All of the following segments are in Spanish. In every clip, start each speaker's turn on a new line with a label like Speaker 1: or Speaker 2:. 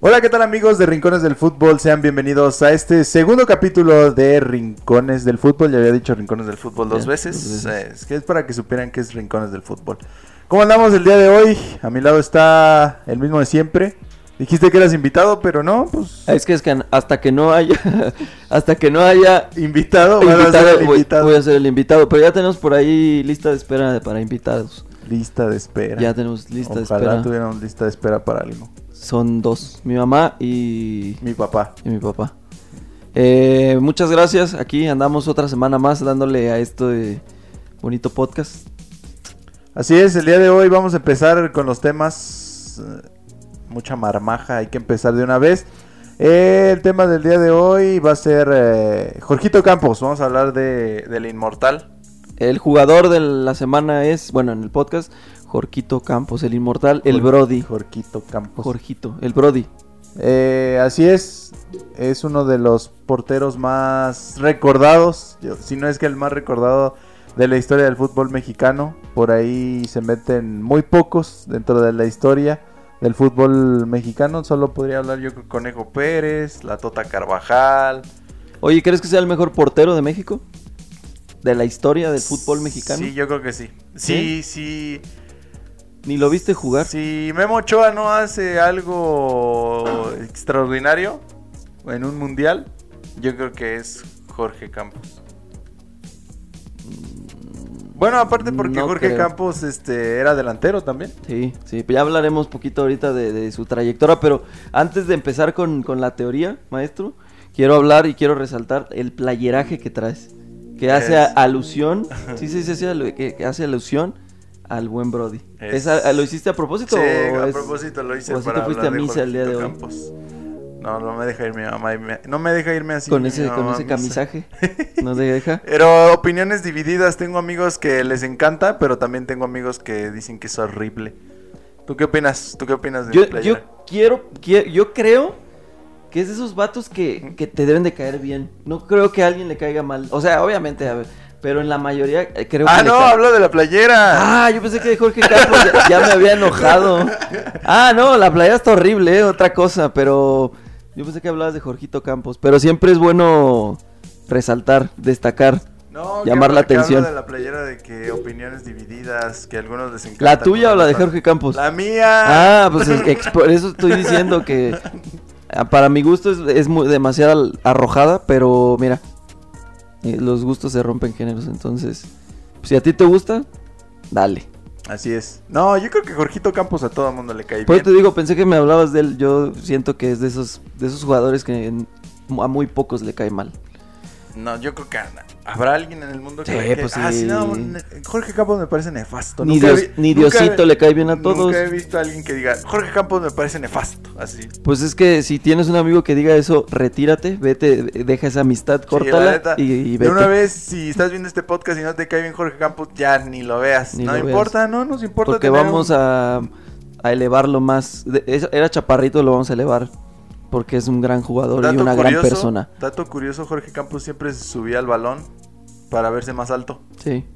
Speaker 1: Hola, ¿qué tal amigos de Rincones del Fútbol? Sean bienvenidos a este segundo capítulo de Rincones del Fútbol. Ya había dicho Rincones del Fútbol dos
Speaker 2: Ya,
Speaker 1: veces.
Speaker 2: dos veces.
Speaker 1: eh, Es que es para que supieran que es Rincones del Fútbol. ¿Cómo andamos el día de hoy? A mi lado está el mismo de siempre. Dijiste que eras invitado, pero no, pues
Speaker 2: Ah, Es que, es que hasta que no haya, hasta que no haya
Speaker 1: invitado, vas a ser
Speaker 2: invitado,
Speaker 1: el
Speaker 2: voy,
Speaker 1: invitado.
Speaker 2: voy a ser el invitado. Pero ya tenemos por ahí lista de espera de- para invitados.
Speaker 1: Lista de espera.
Speaker 2: Ya tenemos lista
Speaker 1: Ojalá
Speaker 2: de espera.
Speaker 1: tuviéramos lista de espera para algo.
Speaker 2: Son dos, mi mamá y,
Speaker 1: Mi papá.
Speaker 2: y mi papá. Eh, muchas gracias. Aquí andamos otra semana más dándole a esto de bonito podcast.
Speaker 1: Así es, el día de hoy vamos a empezar con los temas. eh, Mucha marmaja, hay que empezar de una vez. Eh, el tema del día de hoy va a ser eh, Jorgito Campos. Vamos a hablar de, del Inmortal.
Speaker 2: El jugador de la semana es, bueno, en el podcast, Jorquito Campos, el inmortal, el
Speaker 1: Jor-
Speaker 2: Brody.
Speaker 1: Jorgito Campos.
Speaker 2: Jorgito, el Brody.
Speaker 1: Eh, así es, es uno de los porteros más recordados, yo- si no es que el más recordado de la historia del fútbol mexicano. Por ahí se meten muy pocos dentro de la historia del fútbol mexicano. Solo podría hablar yo con Conejo Pérez, la Tota Carvajal.
Speaker 2: Oye, ¿crees que sea el mejor portero de México? De la historia del fútbol mexicano.
Speaker 1: Sí, yo creo que sí. Sí, sí.
Speaker 2: Ni lo viste jugar.
Speaker 1: Si Memo Ochoa no hace algo extraordinario en un mundial, yo creo que es Jorge Campos. Mm, Bueno, aparte porque
Speaker 2: no
Speaker 1: Jorge
Speaker 2: creo.
Speaker 1: Campos este, era delantero también.
Speaker 2: Sí, sí, pues ya hablaremos poquito ahorita de, de su trayectoria, pero antes de empezar con, con la teoría, maestro, quiero hablar y quiero resaltar el playeraje que traes, que hace a-
Speaker 1: Es-
Speaker 2: alusión, sí, sí, sí, hace alu- que, que hace alusión al buen Brody.
Speaker 1: Es-
Speaker 2: ¿Esa- ¿Lo hiciste a propósito?
Speaker 1: Sí,
Speaker 2: o
Speaker 1: a
Speaker 2: es-
Speaker 1: propósito lo hice
Speaker 2: o así
Speaker 1: para
Speaker 2: te fuiste
Speaker 1: hablar
Speaker 2: a misa el día de
Speaker 1: Jorgito
Speaker 2: hoy?
Speaker 1: Campos. No, no me deja ir mi mamá. y me- no me deja irme así.
Speaker 2: Con
Speaker 1: mi
Speaker 2: ese, con
Speaker 1: mamá
Speaker 2: ese
Speaker 1: a misa.
Speaker 2: camisaje, ¿no te deja?
Speaker 1: Pero opiniones divididas. Tengo amigos que les encanta, pero también tengo amigos que dicen que es horrible. ¿Tú qué opinas? ¿Tú qué opinas de mi
Speaker 2: Yo, yo
Speaker 1: playera?
Speaker 2: quiero, quie- yo creo que es de esos vatos que, que te deben de caer bien. No creo que a alguien le caiga mal. O sea, obviamente, a ver, pero en la mayoría eh, creo
Speaker 1: Ah,
Speaker 2: que. le
Speaker 1: no,
Speaker 2: cae-
Speaker 1: hablo de la playera.
Speaker 2: Ah, yo pensé que de Jorge Campos ya, ya me había enojado. Ah, no, la playa está horrible, eh, otra cosa, pero yo pensé que hablabas de Jorgito Campos. Pero siempre es bueno resaltar, destacar.
Speaker 1: No, que
Speaker 2: llamar
Speaker 1: hablo-
Speaker 2: la
Speaker 1: que hablo
Speaker 2: atención.
Speaker 1: de la playera de que opiniones divididas, que a algunos les encanta.
Speaker 2: ¿La tuya o la de
Speaker 1: otros-
Speaker 2: Jorge Campos?
Speaker 1: La mía.
Speaker 2: Ah, pues es que ex- por eso estoy diciendo que ah, para mi gusto es, es muy, demasiado al- arrojada, pero mira, eh, los gustos se rompen géneros, entonces si a ti te gusta, dale.
Speaker 1: Así es. No, yo creo que Jorgito Campos a todo mundo le cae
Speaker 2: Por
Speaker 1: bien.
Speaker 2: eso te digo, pensé que me hablabas de él, yo siento que es de esos, de esos jugadores que en- a muy pocos le cae mal.
Speaker 1: No, yo creo que habrá alguien en el mundo que
Speaker 2: Sí,
Speaker 1: le
Speaker 2: pues
Speaker 1: ah,
Speaker 2: sí.
Speaker 1: sí, no, ne- Jorge Campos me parece nefasto.
Speaker 2: Ni,
Speaker 1: Nunca
Speaker 2: Dios-
Speaker 1: vi-
Speaker 2: ni
Speaker 1: nunca-
Speaker 2: Diosito le cae bien a todos.
Speaker 1: Nunca he visto a alguien que diga, Jorge Campos me parece nefasto. Así.
Speaker 2: Pues es que si tienes un amigo que diga eso, retírate, vete, deja esa amistad,
Speaker 1: Sí, la
Speaker 2: córtala
Speaker 1: neta,
Speaker 2: y, y
Speaker 1: De
Speaker 2: vete.
Speaker 1: una vez, si estás viendo este podcast y no te cae bien Jorge Campos, ya ni lo veas.
Speaker 2: Ni
Speaker 1: no
Speaker 2: lo veas.
Speaker 1: importa, no nos importa.
Speaker 2: Porque
Speaker 1: tener
Speaker 2: vamos
Speaker 1: un-
Speaker 2: a, a elevarlo más. De- es- era chaparrito, lo vamos a elevar. Porque es un gran jugador y
Speaker 1: Dato
Speaker 2: una gran
Speaker 1: curioso,
Speaker 2: persona.
Speaker 1: Dato curioso, Jorge Campos siempre se subía al balón para verse más alto.
Speaker 2: Sí.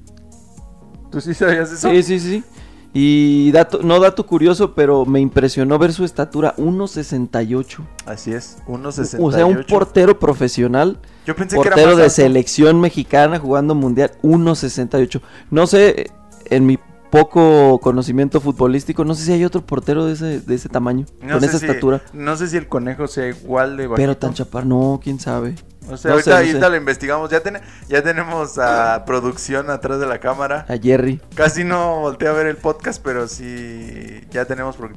Speaker 1: ¿Tú sí sabías eso?
Speaker 2: Sí, sí, sí. Y dato, no dato curioso, pero me impresionó ver su estatura, 1.68.
Speaker 1: Así es, 1.68.
Speaker 2: O sea, un portero profesional,
Speaker 1: Yo pensé que era
Speaker 2: portero
Speaker 1: más
Speaker 2: de
Speaker 1: alto.
Speaker 2: selección mexicana jugando mundial, 1.68. No sé, eh, en mi poco conocimiento futbolístico, no sé si hay otro portero de ese, de ese tamaño,
Speaker 1: No
Speaker 2: con
Speaker 1: sé
Speaker 2: esa
Speaker 1: si-
Speaker 2: estatura.
Speaker 1: No sé si el conejo sea igual de bajito.
Speaker 2: Pero tan chapar, no, quién sabe.
Speaker 1: O sea,
Speaker 2: no
Speaker 1: ahorita,
Speaker 2: sé, no
Speaker 1: ahorita
Speaker 2: sé.
Speaker 1: lo investigamos. Ya, ten- ya tenemos a producción atrás de la cámara.
Speaker 2: A Jerry.
Speaker 1: Casi no volteé a ver el podcast, pero sí ya tenemos. pro-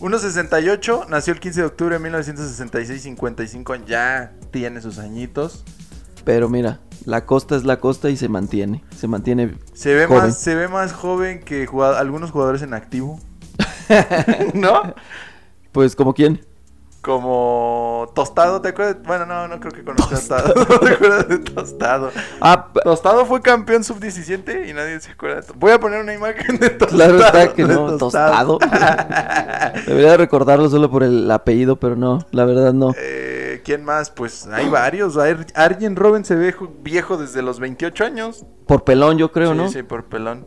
Speaker 1: 1.68, nació el 15 de octubre de 1966, 55, ya tiene sus añitos.
Speaker 2: Pero mira, la costa es la costa y se mantiene. Se mantiene.
Speaker 1: Se ve,
Speaker 2: Joven.
Speaker 1: más, se ve más joven que jugad- algunos jugadores en activo. ¿No?
Speaker 2: Pues como quién.
Speaker 1: Como Tostado, ¿te acuerdas? Bueno, no, no creo que conozcas a Tostado. ¿No te acuerdas de Tostado?
Speaker 2: Ah, p-
Speaker 1: Tostado fue campeón sub-17 y nadie se acuerda. de to- Voy a poner una imagen de Tostado.
Speaker 2: claro está que
Speaker 1: de
Speaker 2: no, tostado. Debería recordarlo solo por el apellido, pero no, la verdad no.
Speaker 1: Eh, ¿Quién más? Pues hay varios. Ar- Arjen Robben se ve ju- viejo desde los 28 años.
Speaker 2: Por pelón, yo creo,
Speaker 1: sí,
Speaker 2: ¿no?
Speaker 1: sí, por pelón.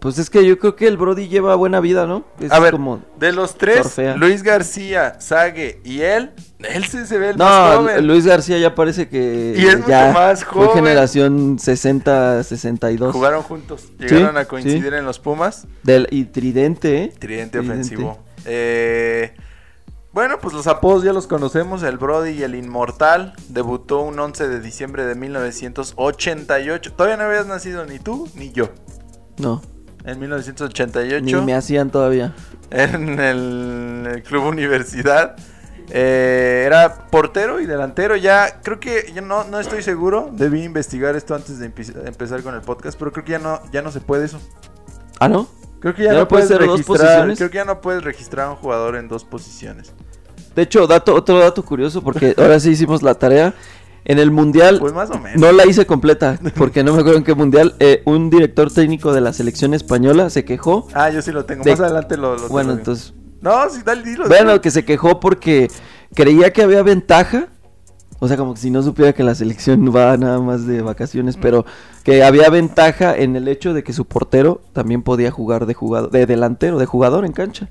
Speaker 2: Pues es que yo creo que el Brody lleva buena vida, ¿no? Es
Speaker 1: A ver,
Speaker 2: como-
Speaker 1: de los tres,
Speaker 2: Torfea.
Speaker 1: Luis García, Sague y él, él sí se ve el más
Speaker 2: No,
Speaker 1: joven.
Speaker 2: Luis García ya parece que
Speaker 1: Y es mucho
Speaker 2: ya
Speaker 1: más
Speaker 2: fue
Speaker 1: joven.
Speaker 2: generación 60, 62.
Speaker 1: Jugaron juntos, llegaron
Speaker 2: Sí,
Speaker 1: a coincidir en los Pumas.
Speaker 2: Del, y Tridente, ¿eh?
Speaker 1: Tridente
Speaker 2: Tridente.
Speaker 1: ofensivo. Eh, bueno, pues los apodos ya los conocemos, el Brody y el Inmortal. Debutó un 11 de diciembre de 1988. Todavía no habías nacido ni tú ni yo.
Speaker 2: No,
Speaker 1: En
Speaker 2: ni
Speaker 1: 1988.
Speaker 2: me hacían todavía.
Speaker 1: en el, el Club Universidad. Eh, era portero y delantero. Ya creo que yo no, no estoy seguro. Debí investigar esto antes de empe- empezar con el podcast, pero creo que ya no, ya no se puede eso.
Speaker 2: Ah, ¿no?
Speaker 1: Creo que ya,
Speaker 2: ¿Ya
Speaker 1: no
Speaker 2: no puede
Speaker 1: puedes
Speaker 2: ser dos
Speaker 1: registrar.
Speaker 2: posiciones?
Speaker 1: creo que ya no puedes registrar a un jugador en dos posiciones.
Speaker 2: De hecho, dato, otro dato curioso, porque ahora sí hicimos la tarea. En el Mundial
Speaker 1: Pues más o menos.
Speaker 2: no la hice completa, porque no me acuerdo en qué Mundial. eh, un director técnico de la selección española se quejó.
Speaker 1: Ah, yo sí lo tengo.
Speaker 2: De-
Speaker 1: Más adelante lo, lo
Speaker 2: Bueno,
Speaker 1: tengo.
Speaker 2: entonces
Speaker 1: No, sí, dale, dilo.
Speaker 2: Bueno,
Speaker 1: dilo.
Speaker 2: que se quejó porque creía que había ventaja. O sea, como que si no supiera que la selección va nada más de
Speaker 1: Mm.
Speaker 2: vacaciones, pero que había ventaja en el hecho de que su portero también podía jugar de jugador, de delantero, de jugador en cancha.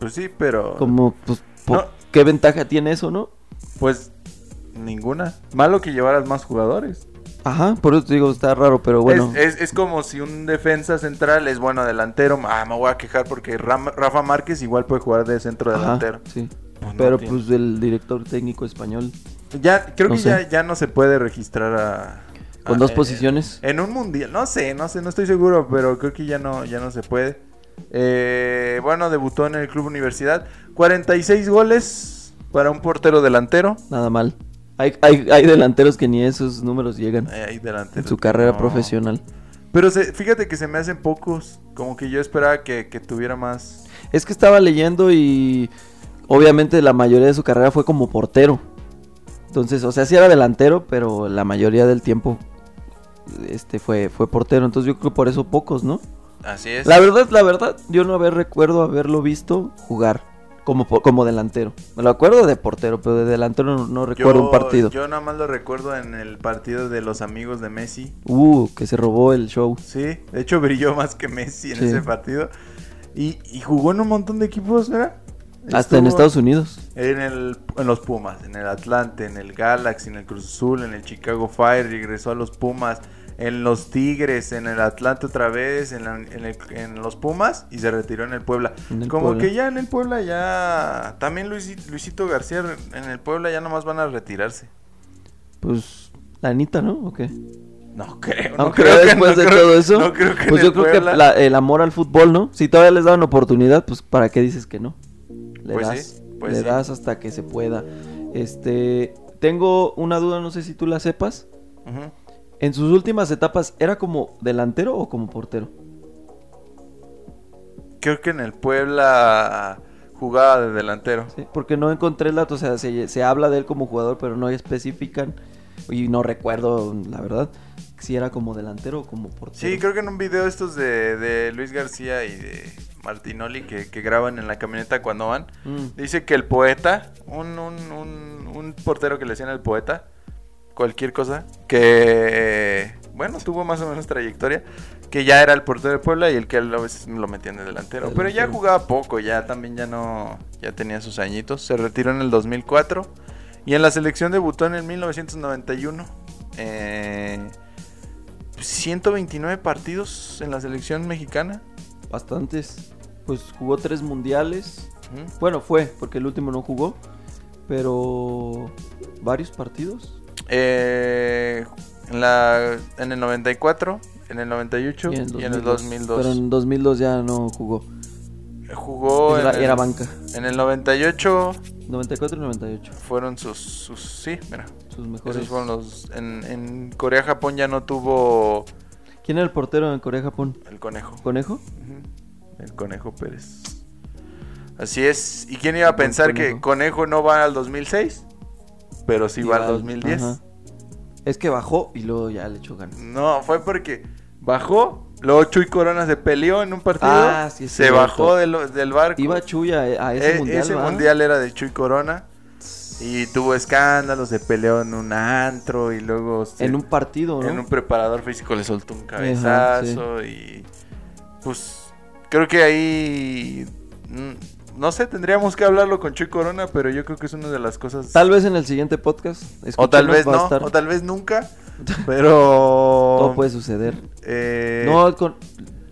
Speaker 1: Pues sí, pero.
Speaker 2: Como, pues, po-
Speaker 1: No.
Speaker 2: ¿qué ventaja tiene eso, no?
Speaker 1: Pues ninguna. Malo que llevaras más jugadores.
Speaker 2: Ajá, por eso te digo, está raro, pero bueno.
Speaker 1: Es, es- es como si un defensa central es bueno delantero. Ah, me voy a quejar porque Ram- Rafa Márquez igual puede jugar de centro
Speaker 2: Ajá,
Speaker 1: delantero.
Speaker 2: sí.
Speaker 1: Pues no
Speaker 2: pero
Speaker 1: tiene.
Speaker 2: pues el director técnico español
Speaker 1: Ya, creo
Speaker 2: no
Speaker 1: que
Speaker 2: sé.
Speaker 1: ya, ya no se puede registrar a.
Speaker 2: con
Speaker 1: a-
Speaker 2: dos
Speaker 1: eh,
Speaker 2: posiciones.
Speaker 1: En un mundial, no sé, no sé, no estoy seguro, pero creo que ya no, ya no se puede. Eh, bueno, debutó en el Club Universidad. 46 goles para un portero delantero.
Speaker 2: Nada mal. Hay, hay, hay delanteros que ni esos números llegan
Speaker 1: Eh, ahí delantero.
Speaker 2: en su carrera
Speaker 1: no.
Speaker 2: profesional.
Speaker 1: Pero se- fíjate que se me hacen pocos. Como que yo esperaba que, que tuviera más.
Speaker 2: Es que estaba leyendo y obviamente la mayoría de su carrera fue como portero. Entonces, o sea, sí era delantero, pero la mayoría del tiempo este fue fue portero, entonces yo creo que por eso pocos, ¿no?
Speaker 1: Así es.
Speaker 2: La verdad, la verdad, yo no haber recuerdo haberlo visto jugar como po- como delantero. Me lo acuerdo de portero, pero de delantero no, no recuerdo un partido.
Speaker 1: Yo nada más lo recuerdo en el partido de los amigos de Messi.
Speaker 2: Uh, que se robó el show.
Speaker 1: Sí, de hecho brilló más que Messi en
Speaker 2: Sí.
Speaker 1: ese partido. Y, y jugó en un montón de equipos, ¿verdad?
Speaker 2: Hasta en
Speaker 1: Estuvo
Speaker 2: Estados Unidos.
Speaker 1: En, el, en los Pumas, en el Atlante, en el Galaxy, en el Cruz Azul, en el Chicago Fire, regresó a los Pumas, en los Tigres, en el Atlante otra vez, en, la- en el- en los Pumas y se retiró en el Puebla.
Speaker 2: En el
Speaker 1: Como
Speaker 2: Puebla.
Speaker 1: que ya en el Puebla ya... También Luisi- Luisito García en el Puebla ya nomás van a retirarse.
Speaker 2: Pues la Anita, ¿no? ¿O qué?
Speaker 1: No creo, no
Speaker 2: Aunque
Speaker 1: creo que
Speaker 2: después
Speaker 1: no
Speaker 2: de
Speaker 1: creo-
Speaker 2: todo eso,
Speaker 1: no creo que en
Speaker 2: pues
Speaker 1: el
Speaker 2: yo creo
Speaker 1: Puebla-
Speaker 2: que la- el amor al fútbol, ¿no? Si todavía les daban oportunidad, pues ¿para qué dices que no? Le
Speaker 1: Pues
Speaker 2: das,
Speaker 1: sí, pues
Speaker 2: le
Speaker 1: sí.
Speaker 2: das hasta que se pueda. Este, tengo una duda, no sé si tú la sepas.
Speaker 1: Ujú.
Speaker 2: En sus últimas etapas, ¿era como delantero o como portero?
Speaker 1: Creo que en el Puebla jugaba de delantero.
Speaker 2: Sí, Porque no encontré el dato, o sea, se, se habla de él como jugador, pero no especifican y no recuerdo, la verdad, si era como delantero o como portero.
Speaker 1: Sí, creo que en un video estos de, de Luis García y de Martinoli que, que graban en la camioneta cuando van,
Speaker 2: Mm.
Speaker 1: dice que el poeta, un, un- un- un portero que le decían el poeta, cualquier cosa, que, bueno, tuvo más o menos trayectoria, que ya era el portero de Puebla y el que a veces lo metían de delantero. Pero ya
Speaker 2: Delantero.
Speaker 1: jugaba poco, ya también ya no, ya tenía sus añitos. Se retiró en el 2004 y en la selección debutó en el 1991. Eh, 129 partidos en la selección mexicana.
Speaker 2: Bastantes. Pues jugó tres mundiales.
Speaker 1: Ujú.
Speaker 2: Bueno, fue, porque el último no jugó. Pero. ¿Varios partidos?
Speaker 1: Eh, en, la, en el 94, en el 98 y en, el 2002.
Speaker 2: Pero en 2002 ya no jugó.
Speaker 1: Jugó
Speaker 2: era,
Speaker 1: Oh, en, el,
Speaker 2: era banca.
Speaker 1: en el 98
Speaker 2: 94 y 98.
Speaker 1: fueron sus, sus sí, mira,
Speaker 2: Sus mejores.
Speaker 1: esos fueron los en, en Corea Japón ya no tuvo
Speaker 2: ¿Quién era el portero en Corea-Japón?
Speaker 1: el conejo.
Speaker 2: ¿Conejo?
Speaker 1: Ujú, El conejo Pérez. Así es. ¿Y quién iba a pensar que
Speaker 2: Conejo.
Speaker 1: Conejo no va al 2006? Pero sí va al
Speaker 2: Igual,
Speaker 1: 2010.
Speaker 2: ajá. Es que bajó y luego ya le echó ganas.
Speaker 1: No, fue porque bajó. Luego Chuy Corona se peleó en un partido.
Speaker 2: Ah, sí, es
Speaker 1: se
Speaker 2: cierto.
Speaker 1: bajó del, del barco.
Speaker 2: Iba Chuya a
Speaker 1: E-
Speaker 2: ese mundial. ¿va?
Speaker 1: era de Chuy Corona. Y tuvo escándalos, se peleó en un antro y luego se-
Speaker 2: En un partido, ¿no?
Speaker 1: en un preparador físico le soltó un
Speaker 2: Ajá,
Speaker 1: cabezazo y pues creo que ahí... mm, No sé, tendríamos que hablarlo con Chuy Corona, pero yo creo que es una de las cosas...
Speaker 2: Tal vez en el siguiente podcast.
Speaker 1: o tal
Speaker 2: escúchenos,
Speaker 1: vez
Speaker 2: va a
Speaker 1: no,
Speaker 2: estar-
Speaker 1: o tal vez nunca, pero...
Speaker 2: Todo puede suceder.
Speaker 1: eh,
Speaker 2: pues, No, con-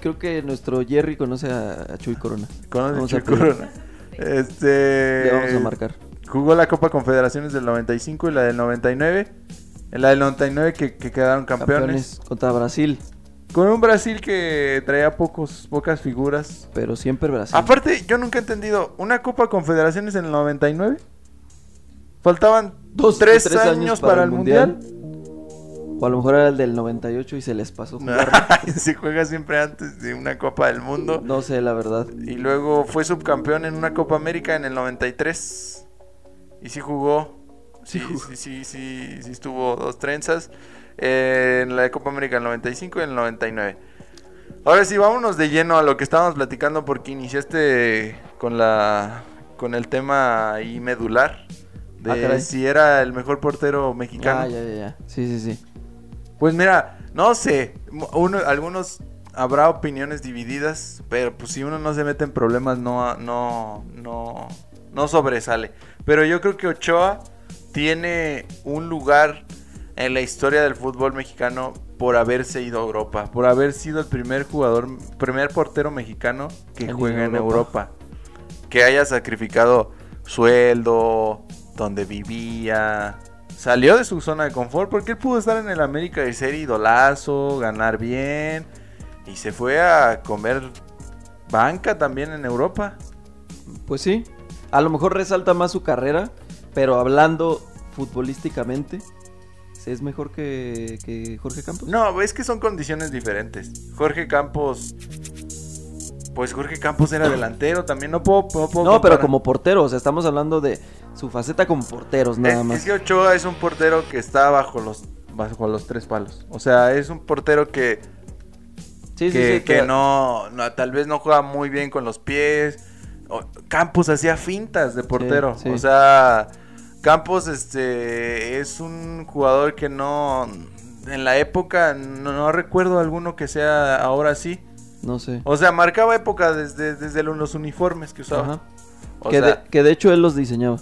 Speaker 2: creo que nuestro Jerry conoce a, a Chuy Corona.
Speaker 1: conoce
Speaker 2: vamos
Speaker 1: Chuy
Speaker 2: a pedir-
Speaker 1: Corona. Este...
Speaker 2: Le vamos a marcar.
Speaker 1: Jugó la Copa Confederaciones del 95 y la del 99. En la del 99 que, que quedaron campeones.
Speaker 2: Campeones contra Brasil,
Speaker 1: Con un Brasil que traía pocos, pocas figuras.
Speaker 2: pero siempre Brasil.
Speaker 1: Aparte, yo nunca he entendido, ¿una Copa Confederaciones en el 99? Faltaban
Speaker 2: Dos-
Speaker 1: tres, años, para, el Mundial.
Speaker 2: O a lo mejor era el del 98 y se les pasó jugar.
Speaker 1: Y Se juega siempre antes de una Copa del Mundo.
Speaker 2: No sé, la verdad.
Speaker 1: Y luego fue subcampeón en una Copa América en el 93. Y sí jugó. Sí, sí, sí, sí, sí estuvo dos trenzas. eh, en la Copa América en el 95 y en el 99. Ahora sí, vámonos de lleno a lo que estábamos platicando porque iniciaste con la con el tema ahí medular de
Speaker 2: Ah, caray.
Speaker 1: si era el mejor portero mexicano.
Speaker 2: Ah, ya, ya, ya. Sí, sí, sí.
Speaker 1: Pues mira, no sé, mu- uno, algunos habrá opiniones divididas, pero pues si uno no se mete en problemas no, no, no, no sobresale. Pero yo creo que Ochoa tiene un lugar en la historia del fútbol mexicano por haberse ido a Europa, por haber sido el primer jugador, primer portero mexicano que
Speaker 2: En
Speaker 1: juega en Europa.
Speaker 2: Europa.
Speaker 1: que haya sacrificado sueldo, donde vivía, salió de su zona de confort porque él pudo estar en el América y ser idolazo, ganar bien y se fue a comer banca también en Europa.
Speaker 2: Pues sí. A lo mejor resalta más su carrera, pero hablando futbolísticamente, ¿es mejor que, que Jorge Campos?
Speaker 1: No, es que son condiciones diferentes. Jorge Campos pues Jorge Campos era delantero, también no puedo, no puedo
Speaker 2: No, pero
Speaker 1: comparar.
Speaker 2: como portero, o sea, estamos hablando de su faceta como porteros, nada
Speaker 1: Es-
Speaker 2: más.
Speaker 1: Es que Ochoa es un portero que está bajo los bajo los tres palos. O sea, es un portero que
Speaker 2: Sí, sí,
Speaker 1: que,
Speaker 2: sí,
Speaker 1: que
Speaker 2: te-
Speaker 1: no, no- tal vez no juega muy bien con los pies. O- Campos hacía fintas de portero.
Speaker 2: sí.
Speaker 1: O sea, Campos este es un jugador que no en la época no, no recuerdo alguno que sea ahora sí.
Speaker 2: No sé.
Speaker 1: O sea, marcaba época desde, desde lo- los uniformes que usaba.
Speaker 2: Ajá.
Speaker 1: O
Speaker 2: que,
Speaker 1: sea,
Speaker 2: de, que de hecho él los diseñaba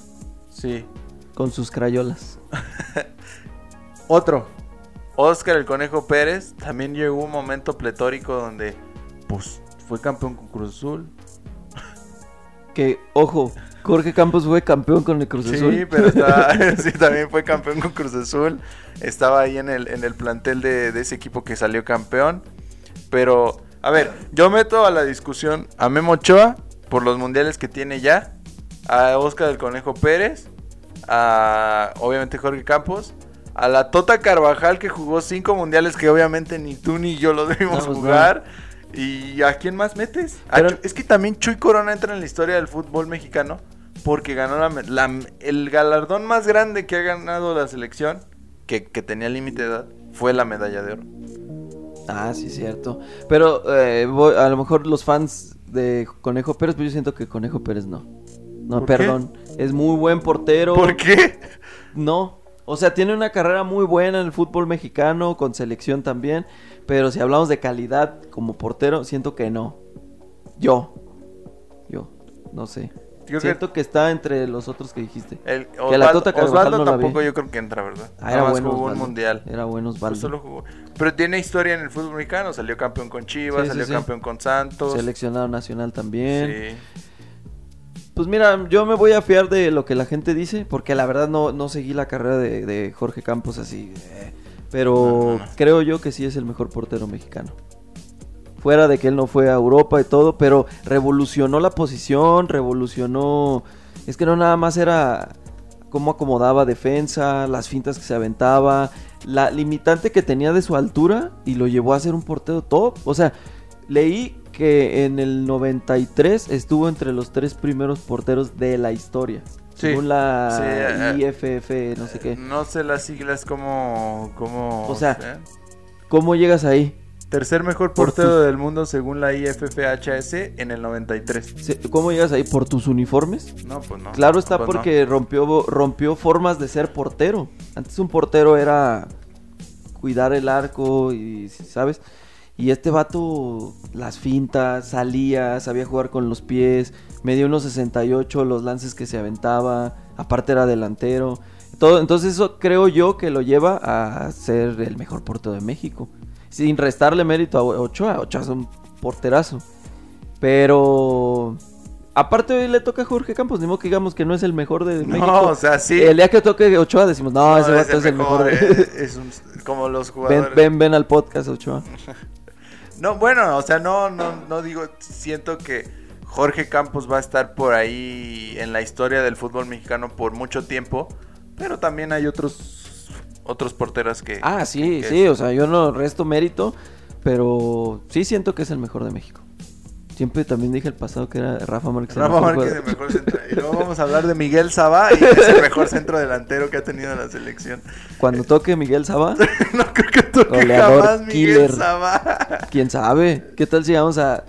Speaker 1: sí.
Speaker 2: con sus crayolas.
Speaker 1: Otro. Oscar el Conejo Pérez también llegó un momento pletórico donde pues fue campeón con Cruz Azul,
Speaker 2: Que, ojo, Jorge Campos fue campeón con el Cruz
Speaker 1: Sí,
Speaker 2: Azul.
Speaker 1: pero estaba- sí, también fue campeón con Cruz Azul. Estaba ahí en el, en el plantel de, de ese equipo que salió campeón. Pero, a ver, yo meto a la discusión a Memo Ochoa por los mundiales que tiene ya. A Oscar del Conejo Pérez. A, obviamente, Jorge Campos. A la Tota Carvajal que jugó cinco mundiales que obviamente ni tú ni yo los vimos
Speaker 2: No, pues, no.
Speaker 1: jugar. ¿Y a quién más metes? A
Speaker 2: Pero-
Speaker 1: Chu- es que también Chuy Corona entra en la historia del fútbol mexicano porque ganó la, la- el galardón más grande que ha ganado la selección, que, que tenía límite de edad, fue la medalla de oro.
Speaker 2: Ah, sí, cierto. Pero eh, voy- a lo mejor los fans de Conejo Pérez, pero yo siento que Conejo Pérez no. No,
Speaker 1: ¿Por qué?
Speaker 2: perdón. Es muy buen portero.
Speaker 1: ¿Por qué?
Speaker 2: No. O sea, tiene una carrera muy buena en el fútbol mexicano, con selección también. Pero si hablamos de calidad como portero, siento que no. Yo. Yo. No sé.
Speaker 1: Yo creo que Eh,
Speaker 2: siento que... está entre los otros que dijiste.
Speaker 1: el,
Speaker 2: que la
Speaker 1: Osvaldo-
Speaker 2: Tota Carvajal
Speaker 1: Osvaldo
Speaker 2: no la vi.
Speaker 1: tampoco yo creo que entra, ¿verdad?
Speaker 2: Ah,
Speaker 1: Nada más jugó
Speaker 2: Osvaldo.
Speaker 1: un mundial. Pues
Speaker 2: Era bueno Osvaldo.
Speaker 1: Solo jugó. Pero tiene historia en el fútbol mexicano. Salió campeón con Chivas,
Speaker 2: Sí, sí,
Speaker 1: salió
Speaker 2: sí.
Speaker 1: campeón con Santos.
Speaker 2: Seleccionado nacional también.
Speaker 1: Sí.
Speaker 2: Pues mira, yo me voy a fiar de lo que la gente dice, porque la verdad no, no seguí la carrera de, de Jorge Campos así. eh, pero
Speaker 1: No, no, no.
Speaker 2: creo yo que sí es el mejor portero mexicano. Fuera de que él no fue a Europa y todo, pero revolucionó la posición, revolucionó... Es que no nada más era cómo acomodaba defensa, las fintas que se aventaba, la limitante que tenía de su altura y lo llevó a ser un portero top. O sea, leí que en el 93 estuvo entre los tres primeros porteros de la historia.
Speaker 1: Sí.
Speaker 2: Según la
Speaker 1: Sí, eh,
Speaker 2: IFF, no sé
Speaker 1: Eh,
Speaker 2: qué.
Speaker 1: No sé las siglas como... como
Speaker 2: O sea, ¿Cómo llegas ahí?
Speaker 1: Tercer mejor
Speaker 2: Por
Speaker 1: portero del mundo según la IFFHS en el 93.
Speaker 2: Se- ¿Cómo llegas ahí? ¿Por tus uniformes?
Speaker 1: No, pues no.
Speaker 2: Claro está
Speaker 1: Pues no.
Speaker 2: porque rompió, rompió formas de ser portero. Antes un portero era cuidar el arco y, ¿sabes? Y este vato, las fintas, salía, sabía jugar con los pies, medía unos 68 los lances que se aventaba, aparte era delantero. Todo, entonces eso creo yo que lo lleva a ser el mejor portero de México. Sin restarle mérito a Ochoa, Ochoa es un porterazo. Pero aparte hoy le toca a Jorge Campos, ni modo que digamos que no es el mejor de México.
Speaker 1: No, o sea, sí.
Speaker 2: El día que toque Ochoa decimos, no,
Speaker 1: No,
Speaker 2: ese
Speaker 1: es
Speaker 2: vato es el mejor.
Speaker 1: eh, es un- como los
Speaker 2: ven,
Speaker 1: jugadores.
Speaker 2: ven, ven al podcast, Ochoa.
Speaker 1: No, bueno, o sea, no, no, no digo, siento que Jorge Campos va a estar por ahí en la historia del fútbol mexicano por mucho tiempo, pero también hay otros otros porteros que...
Speaker 2: Ah, sí,
Speaker 1: que-
Speaker 2: sí, o sea, yo no resto mérito, pero sí siento que es el mejor de México. Siempre también dije el pasado que era Rafa Márquez. el
Speaker 1: Rafa
Speaker 2: mejor
Speaker 1: Márquez, el
Speaker 2: jugador.
Speaker 1: mejor centro. Y luego vamos a hablar de Miguel Sabá, y es el mejor centro delantero que ha tenido la selección.
Speaker 2: Cuando toque Miguel Saba,
Speaker 1: No creo que toque
Speaker 2: Goleador,
Speaker 1: jamás Miguel
Speaker 2: killer.
Speaker 1: Sabá.
Speaker 2: quién sabe. ¿Qué tal si llegamos a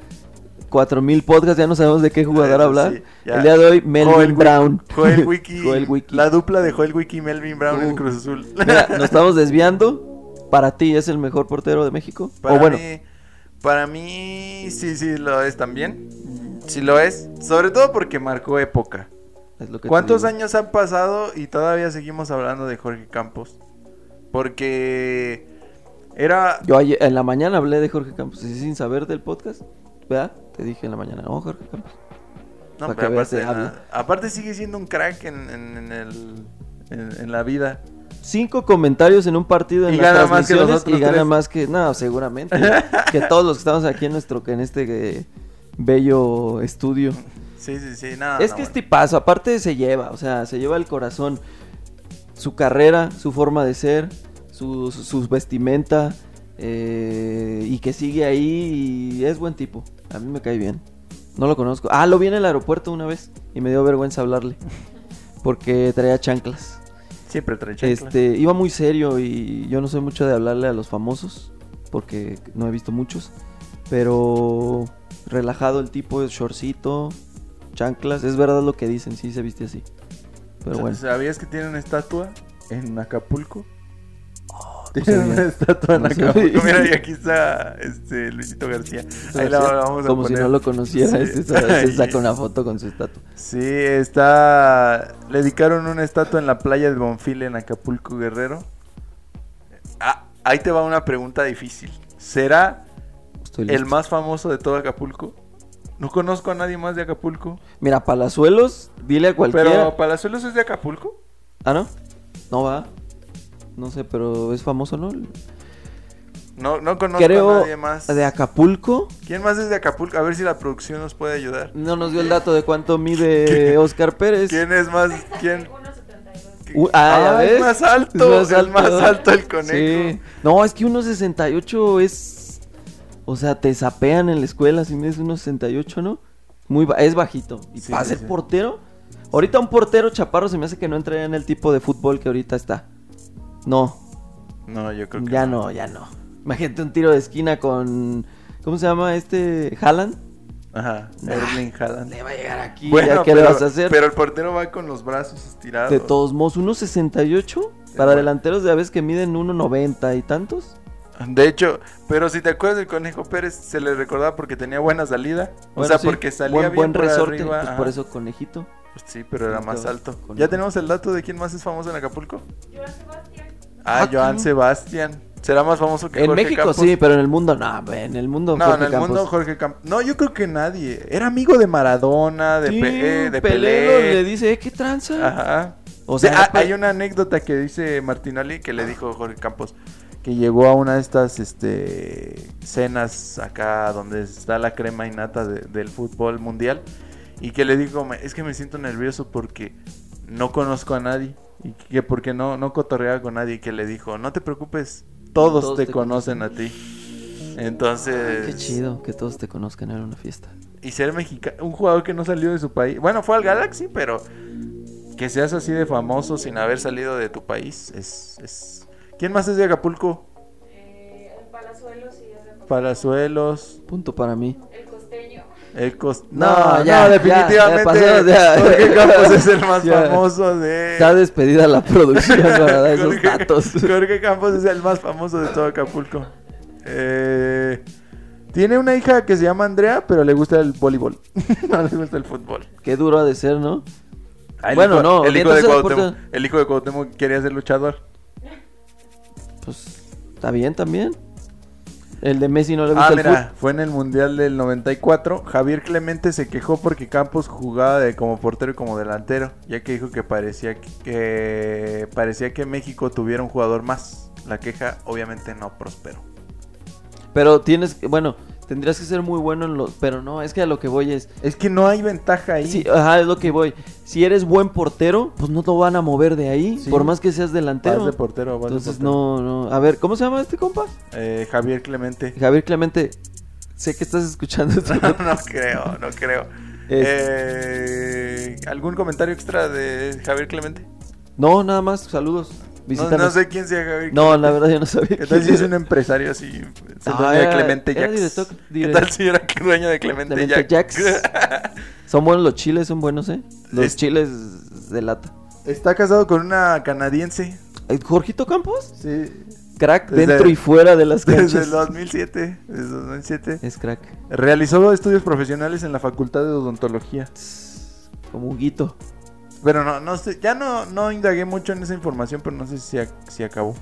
Speaker 2: 4000 podcasts? Ya no sabemos de qué jugador
Speaker 1: Eso
Speaker 2: hablar.
Speaker 1: sí, ya.
Speaker 2: el día de hoy, Melvin
Speaker 1: Joel Wi-
Speaker 2: Brown.
Speaker 1: Joel Wiki,
Speaker 2: Joel Wiki.
Speaker 1: La dupla de Joel Wiki y Melvin Brown en
Speaker 2: Uh.
Speaker 1: Cruz Azul.
Speaker 2: Mira, nos estamos desviando. Para ti, ¿es el mejor portero de México?
Speaker 1: Para
Speaker 2: o bueno,
Speaker 1: mí, para mí sí, sí lo es también. Sí lo es, sobre todo porque marcó época.
Speaker 2: es lo que te
Speaker 1: ¿Cuántos
Speaker 2: digo.
Speaker 1: años han pasado y todavía seguimos hablando de Jorge Campos? Porque era
Speaker 2: Yo ayer- en la mañana hablé de Jorge Campos, y sin saber del podcast, ¿verdad? Te dije en la mañana, no, Jorge Campos.
Speaker 1: No,
Speaker 2: Para
Speaker 1: pero
Speaker 2: que veas
Speaker 1: aparte,
Speaker 2: de habla.
Speaker 1: a- aparte sigue siendo un crack en, en- en el- en- en la vida.
Speaker 2: Cinco comentarios en un partido en
Speaker 1: Y
Speaker 2: las
Speaker 1: gana más que los
Speaker 2: transmisiones
Speaker 1: otros
Speaker 2: y gana
Speaker 1: tres.
Speaker 2: más que, no, seguramente, que todos los que estamos aquí en nuestro, que en este eh, bello estudio.
Speaker 1: Sí, sí, sí, nada.
Speaker 2: es que este paso, aparte se lleva, o sea, se lleva el corazón, su carrera, su forma de ser, su, su- sus vestimenta, eh, y que sigue ahí y es buen tipo. A mí me cae bien. No lo conozco. Ah, lo vi en el aeropuerto una vez y me dio vergüenza hablarle. Porque traía chanclas.
Speaker 1: Siempre trae chancla.
Speaker 2: Este, iba muy serio y yo no soy mucho de hablarle a los famosos, porque no he visto muchos, pero relajado el tipo, shortcito, chanclas, es verdad lo que dicen, sí se viste así. Pero bueno,
Speaker 1: ¿Sabías que tiene una estatua en Acapulco? tiene
Speaker 2: sabía.
Speaker 1: una estatua en
Speaker 2: No sabía.
Speaker 1: Acapulco. Mira, y aquí está este, Luisito García. Ahí la, la vamos a
Speaker 2: como si
Speaker 1: poner.
Speaker 2: no lo conociera,
Speaker 1: Sí.
Speaker 2: se, sa- se
Speaker 1: Y-
Speaker 2: saca una foto con su estatua.
Speaker 1: Sí, está. Le dedicaron una estatua en la playa de Bonfil en Acapulco Guerrero. Ah, ahí te va una pregunta difícil. ¿Será
Speaker 2: Estoy
Speaker 1: el
Speaker 2: listo.
Speaker 1: más famoso de todo Acapulco? No conozco a nadie más de Acapulco.
Speaker 2: Mira, Palazuelos, dile a cualquiera.
Speaker 1: Pero Palazuelos es de Acapulco.
Speaker 2: Ah, ¿no? No va. No sé, pero es famoso, ¿no?
Speaker 1: No, no conozco a
Speaker 2: Creo
Speaker 1: nadie más.
Speaker 2: de Acapulco.
Speaker 1: ¿Quién más es de Acapulco? A ver si la producción nos puede ayudar.
Speaker 2: No nos dio el dato de cuánto mide Oscar Pérez.
Speaker 1: ¿Quién es más? ¿Quién?
Speaker 3: 1.72.
Speaker 2: Uh, ah, ya
Speaker 1: Ay,
Speaker 2: ves.
Speaker 1: más alto, el más alto el conejo.
Speaker 2: Sí. No, es que 1.68 es. O sea, te zapean en la escuela si mides 1.68, ¿no? Muy ba- es bajito. Y
Speaker 1: Sí,
Speaker 2: para
Speaker 1: sí,
Speaker 2: ser
Speaker 1: sí.
Speaker 2: portero. Ahorita un portero chaparro se me hace que no entraría en el tipo de fútbol que ahorita está. No,
Speaker 1: No, yo creo que
Speaker 2: ya no. ya no. Imagínate un tiro de esquina con. ¿Cómo se llama este? ¿Haaland?
Speaker 1: Ajá,
Speaker 2: Nah.
Speaker 1: Erling Haaland.
Speaker 2: Le va a llegar aquí.
Speaker 1: Bueno,
Speaker 2: ¿ya ¿Qué
Speaker 1: pero,
Speaker 2: le vas a hacer?
Speaker 1: pero el portero va con los brazos estirados.
Speaker 2: De todos modos, 1.68 para
Speaker 1: bueno.
Speaker 2: delanteros de a veces que miden 1.90 y tantos.
Speaker 1: De hecho, pero si te acuerdas del Conejo Pérez, se le recordaba porque tenía buena salida. o
Speaker 2: Bueno,
Speaker 1: sea,
Speaker 2: sí,
Speaker 1: porque salía
Speaker 2: buen,
Speaker 1: bien
Speaker 2: buen
Speaker 1: por
Speaker 2: resorte,
Speaker 1: arriba.
Speaker 2: pues
Speaker 1: ajá.
Speaker 2: por eso conejito.
Speaker 1: Sí, pero era más
Speaker 2: Entonces,
Speaker 1: alto.
Speaker 2: con-
Speaker 1: ¿Ya tenemos el dato de quién más es famoso en Acapulco?
Speaker 3: Joan Sebastián.
Speaker 1: Ah,
Speaker 2: Ah,
Speaker 1: Joan
Speaker 2: cabrón.
Speaker 1: Sebastián. ¿Será más famoso que
Speaker 2: En
Speaker 1: Jorge
Speaker 2: México
Speaker 1: Campos?
Speaker 2: sí, pero en el mundo no, hombre, en el mundo
Speaker 1: No,
Speaker 2: Jorge
Speaker 1: en el mundo
Speaker 2: Campos.
Speaker 1: Jorge Campos. No, yo creo que nadie. Era amigo de Maradona, de
Speaker 2: Sí,
Speaker 1: Pelé, de
Speaker 2: Pelé
Speaker 1: Pelé.
Speaker 2: le dice, "Eh, ¿qué tranza?
Speaker 1: Ajá.
Speaker 2: O sea, pues-
Speaker 1: Sí, ah,
Speaker 2: pa-
Speaker 1: hay una anécdota que dice Martinoli que le dijo Jorge Campos que llegó a una de estas este, cenas acá donde está la crema y nata de- del fútbol mundial y que le dijo, "Me- es que me siento nervioso porque no conozco a nadie y que porque no, no cotorreaba con nadie y que le dijo, no te preocupes, todos,
Speaker 2: Todos
Speaker 1: te,
Speaker 2: te
Speaker 1: conocen a ti. Entonces...
Speaker 2: Qué chido que todos te conozcan en una fiesta.
Speaker 1: Y ser mexicano, un jugador que no salió de su país. Bueno, fue al Galaxy, pero que seas así de famoso sin haber salido de tu país es... es... ¿Quién más es de Acapulco?
Speaker 3: Eh, el Palazuelos y el de-
Speaker 1: Palazuelos,
Speaker 2: Punto para mí.
Speaker 1: Eh.
Speaker 3: El costeño.
Speaker 1: el cost...
Speaker 2: No,
Speaker 1: No, no,
Speaker 2: ya, ya,
Speaker 1: definitivamente
Speaker 2: ya pasamos, ya.
Speaker 1: Jorge Campos es el más
Speaker 2: Ya.
Speaker 1: famoso de...
Speaker 2: Está despedida la producción para dar esos
Speaker 1: Jorge-
Speaker 2: datos.
Speaker 1: Jorge Campos es el más famoso de todo Acapulco. Eh, tiene una hija que se llama Andrea, pero le gusta el voleibol. no le gusta el fútbol.
Speaker 2: Qué duro ha de ser, ¿no?
Speaker 1: Ah, el
Speaker 2: Bueno,
Speaker 1: hijo-
Speaker 2: no,
Speaker 1: El hijo, de
Speaker 2: orientarse al
Speaker 1: Cuauhtémoc,
Speaker 2: deporte.
Speaker 1: el hijo de Cuauhtémoc quería ser luchador.
Speaker 2: Pues está bien también. El de Messi no le gusta
Speaker 1: Ah,
Speaker 2: el
Speaker 1: mira, fue en el Mundial del 94. Javier Clemente se quejó porque Campos jugaba de como portero y como delantero, ya que dijo que parecía que, que parecía que México tuviera un jugador más. La queja obviamente no prosperó.
Speaker 2: fútbol. Pero tienes, que- bueno, tendrías que ser muy bueno en los... Pero no, es que a lo que voy es...
Speaker 1: Es que no hay ventaja ahí.
Speaker 2: Sí, ajá, es lo que voy. Si eres buen portero, pues no te van a mover de ahí,
Speaker 1: Sí.
Speaker 2: por más que seas
Speaker 1: Vas
Speaker 2: delantero.
Speaker 1: de portero, vas de
Speaker 2: Entonces,
Speaker 1: portero.
Speaker 2: no, no. A ver, ¿cómo se llama este compa?
Speaker 1: Eh, Javier Clemente.
Speaker 2: Javier Clemente. Sé que estás escuchando este esto.
Speaker 1: no creo, no creo. Eh, ¿Algún comentario extra de Javier Clemente?
Speaker 2: No, nada más, saludos.
Speaker 1: No,
Speaker 2: Visítanos.
Speaker 1: no sé quién sea Javier Clemente.
Speaker 2: No, la verdad yo no sabía.
Speaker 1: ¿Qué tal si
Speaker 2: quién
Speaker 1: es
Speaker 2: era.
Speaker 1: un empresario así? Es el
Speaker 2: Ah,
Speaker 1: dueño de
Speaker 2: era-
Speaker 1: Clemente
Speaker 2: era
Speaker 1: Jacks.
Speaker 2: director-
Speaker 1: ¿Qué
Speaker 2: direct-
Speaker 1: tal si era dueño de Clemente,
Speaker 2: Clemente
Speaker 1: Jacks?
Speaker 2: Son buenos los chiles, son buenos, ¿eh? Los
Speaker 1: Es-
Speaker 2: chiles de lata.
Speaker 1: Está casado con una canadiense.
Speaker 2: Eh, ¿Jorgito Campos?
Speaker 1: Sí.
Speaker 2: Crack
Speaker 1: Desde-
Speaker 2: dentro y fuera de las
Speaker 1: Desde el
Speaker 2: canchas.
Speaker 1: 2007. Desde el 2007.
Speaker 2: Es crack.
Speaker 1: Realizó estudios profesionales en la Facultad de Odontología.
Speaker 2: Tss, Como un guito.
Speaker 1: Pero no, no sé. Ya no, no indagué mucho en esa información, pero no sé si, ac- si acabó.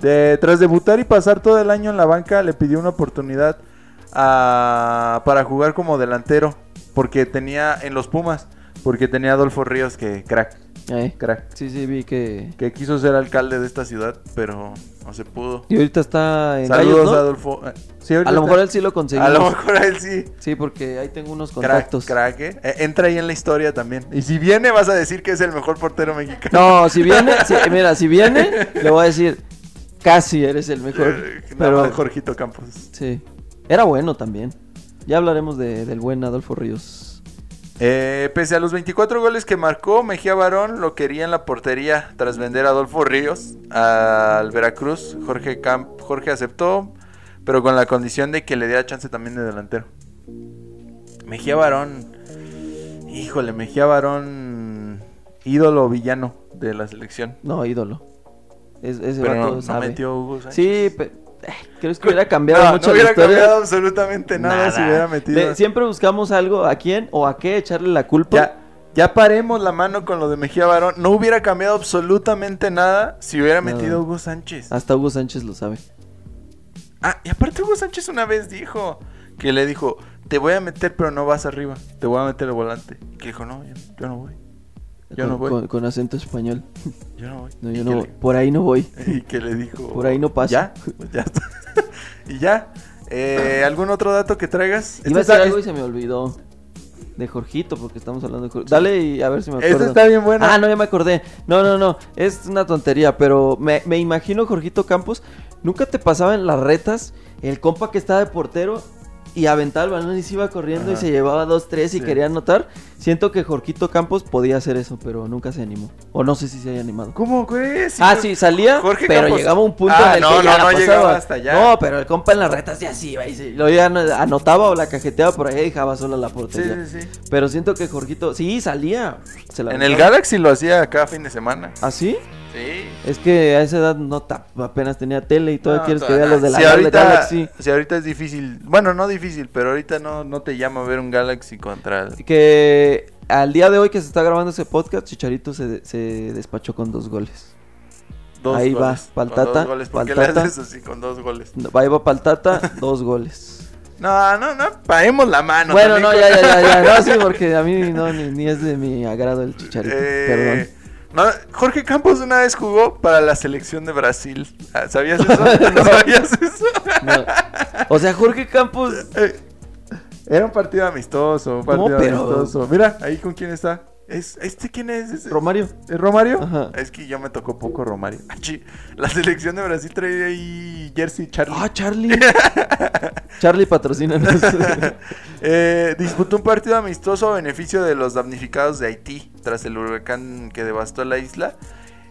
Speaker 1: De- tras debutar y pasar todo el año en la banca, le pidió una oportunidad a- para jugar como delantero. Porque tenía en los Pumas. Porque tenía Adolfo Ríos, que crack,
Speaker 2: Eh,
Speaker 1: crack.
Speaker 2: Sí, sí, vi que.
Speaker 1: que quiso ser alcalde de esta ciudad, pero no se pudo.
Speaker 2: Y ahorita está en
Speaker 1: Saludos,
Speaker 2: Gallos, ¿no?
Speaker 1: Adolfo. Eh, sí, ahorita
Speaker 2: A lo
Speaker 1: está-
Speaker 2: mejor él sí lo consiguió.
Speaker 1: a lo mejor él sí.
Speaker 2: Sí, porque ahí tengo unos
Speaker 1: Crack,
Speaker 2: contactos.
Speaker 1: crack, eh. Eh, Entra ahí en la historia también. Y si viene, vas a decir que es el mejor portero mexicano.
Speaker 2: No, si viene, si- mira, si viene, le voy a decir, casi eres el mejor.
Speaker 1: Eh, nada
Speaker 2: Pero
Speaker 1: más Jorgito Campos.
Speaker 2: sí, era bueno también. Ya hablaremos de- del buen Adolfo Ríos.
Speaker 1: Eh, pese a los 24 goles que marcó, Mejía Barón lo quería en la portería tras vender a Adolfo Ríos al Veracruz. Jorge, Camp Jorge aceptó, pero con la condición de que le diera chance también de delantero. Mejía Barón. Híjole, Mejía Barón. Ídolo villano de la selección.
Speaker 2: No, ídolo. Es, ese
Speaker 1: Pero
Speaker 2: vato
Speaker 1: no, no
Speaker 2: sabe.
Speaker 1: metió Hugo Sánchez.
Speaker 2: Sí, pero ¿crees que hubiera cambiado
Speaker 1: No, no
Speaker 2: mucho la
Speaker 1: hubiera
Speaker 2: historia?
Speaker 1: cambiado absolutamente nada, si
Speaker 2: Nada.
Speaker 1: hubiera metido.
Speaker 2: De- siempre buscamos algo a quién o a qué echarle la culpa.
Speaker 1: Ya, ya paremos la mano con lo de Mejía Barón. No hubiera cambiado absolutamente nada si hubiera
Speaker 2: Nada. Ah.
Speaker 1: metido a Hugo Sánchez.
Speaker 2: Hasta Hugo Sánchez lo sabe.
Speaker 1: Ah, y aparte Hugo Sánchez una vez dijo que le dijo, te voy a meter pero no vas arriba, te voy a meter el volante. Y que dijo, no, yo, yo no voy, Yo
Speaker 2: con,
Speaker 1: no voy.
Speaker 2: con- con acento español.
Speaker 1: yo no voy.
Speaker 2: No,
Speaker 1: Y
Speaker 2: yo
Speaker 1: que
Speaker 2: no,
Speaker 1: le-
Speaker 2: voy. por ahí no voy.
Speaker 1: Y que le dijo...
Speaker 2: Por ahí no pasa.
Speaker 1: Ya, pues ya está. y ya. Eh, ¿Algún otro dato que traigas?
Speaker 2: Iba a
Speaker 1: Este
Speaker 2: decir
Speaker 1: está-
Speaker 2: algo y se me olvidó. De Jorgito, porque estamos hablando de Jorgito. Dale y a ver si me acuerdo.
Speaker 1: Esta este está bien buena.
Speaker 2: Ah, no, ya me acordé. No, no, no. Es una tontería, pero me, me imagino, Jorgito Campos, nunca te pasaba en las retas el compa que estaba de portero y aventaba el balón y se iba corriendo
Speaker 1: Ajá.
Speaker 2: y se llevaba dos, tres y
Speaker 1: Sí.
Speaker 2: quería anotar. Siento que Jorgito Campos podía hacer eso, pero nunca se animó. O no sé si se haya animado.
Speaker 1: ¿Cómo crees?
Speaker 2: ah, sí, salía,
Speaker 1: Jorge
Speaker 2: pero
Speaker 1: Campos.
Speaker 2: llegaba un punto
Speaker 1: Ah,
Speaker 2: en el
Speaker 1: no,
Speaker 2: que
Speaker 1: no,
Speaker 2: ya la
Speaker 1: no
Speaker 2: pasaba.
Speaker 1: llegaba hasta allá.
Speaker 2: No, pero el compa en las retas ya sí iba y sí, lo ya no- anotaba o la cajeteaba por ahí y dejaba sola la
Speaker 1: Sí,
Speaker 2: portería.
Speaker 1: sí, sí.
Speaker 2: Pero siento que Jorgito, sí, salía. Se la
Speaker 1: En el
Speaker 2: aventaba. ¿Ah,
Speaker 1: Galaxy lo hacía cada fin de semana.
Speaker 2: ¿Así?
Speaker 1: Sí.
Speaker 2: Es que a esa edad no ta- apenas tenía tele y todavía
Speaker 1: No,
Speaker 2: quieres que
Speaker 1: todavía
Speaker 2: vea los de la
Speaker 1: si
Speaker 2: Real
Speaker 1: ahorita,
Speaker 2: Galaxy.
Speaker 1: Si ahorita es difícil. Bueno, no difícil, pero ahorita no, no te llama a ver un Galaxy contra. el-
Speaker 2: Que al día de hoy que se está grabando ese podcast, Chicharito se, se despachó con dos goles.
Speaker 1: Dos
Speaker 2: Ahí va,
Speaker 1: goles,
Speaker 2: pa'l
Speaker 1: con dos
Speaker 2: Tata,
Speaker 1: goles.
Speaker 2: pa'l
Speaker 1: ¿Por qué le
Speaker 2: Tata.
Speaker 1: haces así con dos goles?
Speaker 2: Ahí va Paltata, dos goles.
Speaker 1: No, no, no. Paemos la mano.
Speaker 2: bueno,
Speaker 1: también
Speaker 2: no,
Speaker 1: con-
Speaker 2: ya, ya, ya, ya. No, sí, porque a mí no, ni, ni es de mi agrado el Chicharito.
Speaker 1: Eh, no, Jorge Campos una vez jugó para la selección de Brasil. Ah, ¿Sabías eso?
Speaker 2: No.
Speaker 1: ¿Sabías eso?
Speaker 2: Perdón. No. O sea, Jorge Campos.
Speaker 1: Eh, Era un partido amistoso. Un
Speaker 2: ¿Cómo,
Speaker 1: partido
Speaker 2: pero?
Speaker 1: amistoso. Mira, ahí con quién está. ¿Es, ¿Este quién es? ¿Es-
Speaker 2: Romario.
Speaker 1: ¿Es Romario?
Speaker 2: Ajá.
Speaker 1: Es que ya me tocó poco Romario. Ah, chi, La selección de Brasil trae ahí Jersey Charlie.
Speaker 2: Ah, Charlie. Charlie patrocínanos.
Speaker 1: Eh, disputó un partido amistoso a beneficio de los damnificados de Haití tras el huracán que devastó la isla.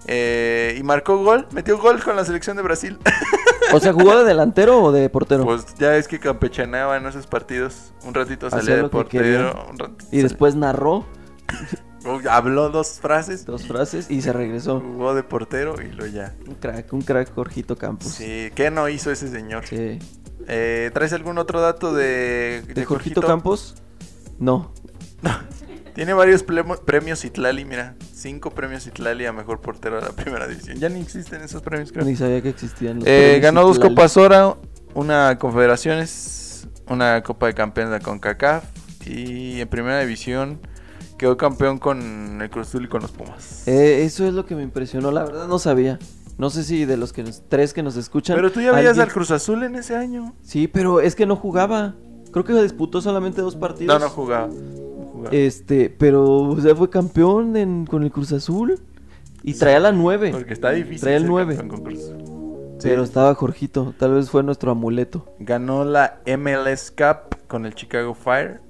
Speaker 1: Eh, y marcó gol, metió gol con la selección de Brasil.
Speaker 2: o sea, ¿jugó de delantero o de portero?
Speaker 1: Pues ya es que campechaneaba en esos partidos. Un ratito
Speaker 2: Hacía
Speaker 1: salía de
Speaker 2: lo que quería.
Speaker 1: portero. un ratito
Speaker 2: y
Speaker 1: salía-
Speaker 2: después narró.
Speaker 1: Uy, Habló dos frases,
Speaker 2: Dos frases y se regresó.
Speaker 1: jugó de portero y lo ya.
Speaker 2: Un crack, un crack Jorgito Campos.
Speaker 1: Sí, ¿qué no hizo ese señor?
Speaker 2: Sí.
Speaker 1: Eh, ¿Traes algún otro dato de,
Speaker 2: ¿De, Jorgito Campos? No.
Speaker 1: Tiene varios plemo- premios Itlali, mira. Cinco premios Itlali a mejor portero de la primera división. Ya ni existen esos premios, creo.
Speaker 2: Ni sabía que existían
Speaker 1: Eh,
Speaker 2: los premios
Speaker 1: ganó dos
Speaker 2: Citlali.
Speaker 1: Copas Oro, una Confederaciones, una Copa de Campeones de CONCACAF y en Primera División quedó campeón con el Cruz Azul y con los Pumas.
Speaker 2: Eh, eso es lo que me impresionó, la verdad no sabía. No sé si de los que nos- tres que nos escuchan.
Speaker 1: Pero tú ya veías
Speaker 2: alguien-
Speaker 1: al Cruz Azul en ese año.
Speaker 2: Sí, pero es que no jugaba. Creo que disputó solamente dos partidos.
Speaker 1: No, no jugaba. No jugaba.
Speaker 2: Este, pero o sea, fue campeón en- con el Cruz Azul y traía la 9.
Speaker 1: Porque está difícil.
Speaker 2: Trae el
Speaker 1: ser
Speaker 2: nueve.
Speaker 1: campeón con Cruz Azul.
Speaker 2: Pero estaba Jorgito, tal vez fue nuestro amuleto.
Speaker 1: Ganó la MLS Cup con el Chicago Fire.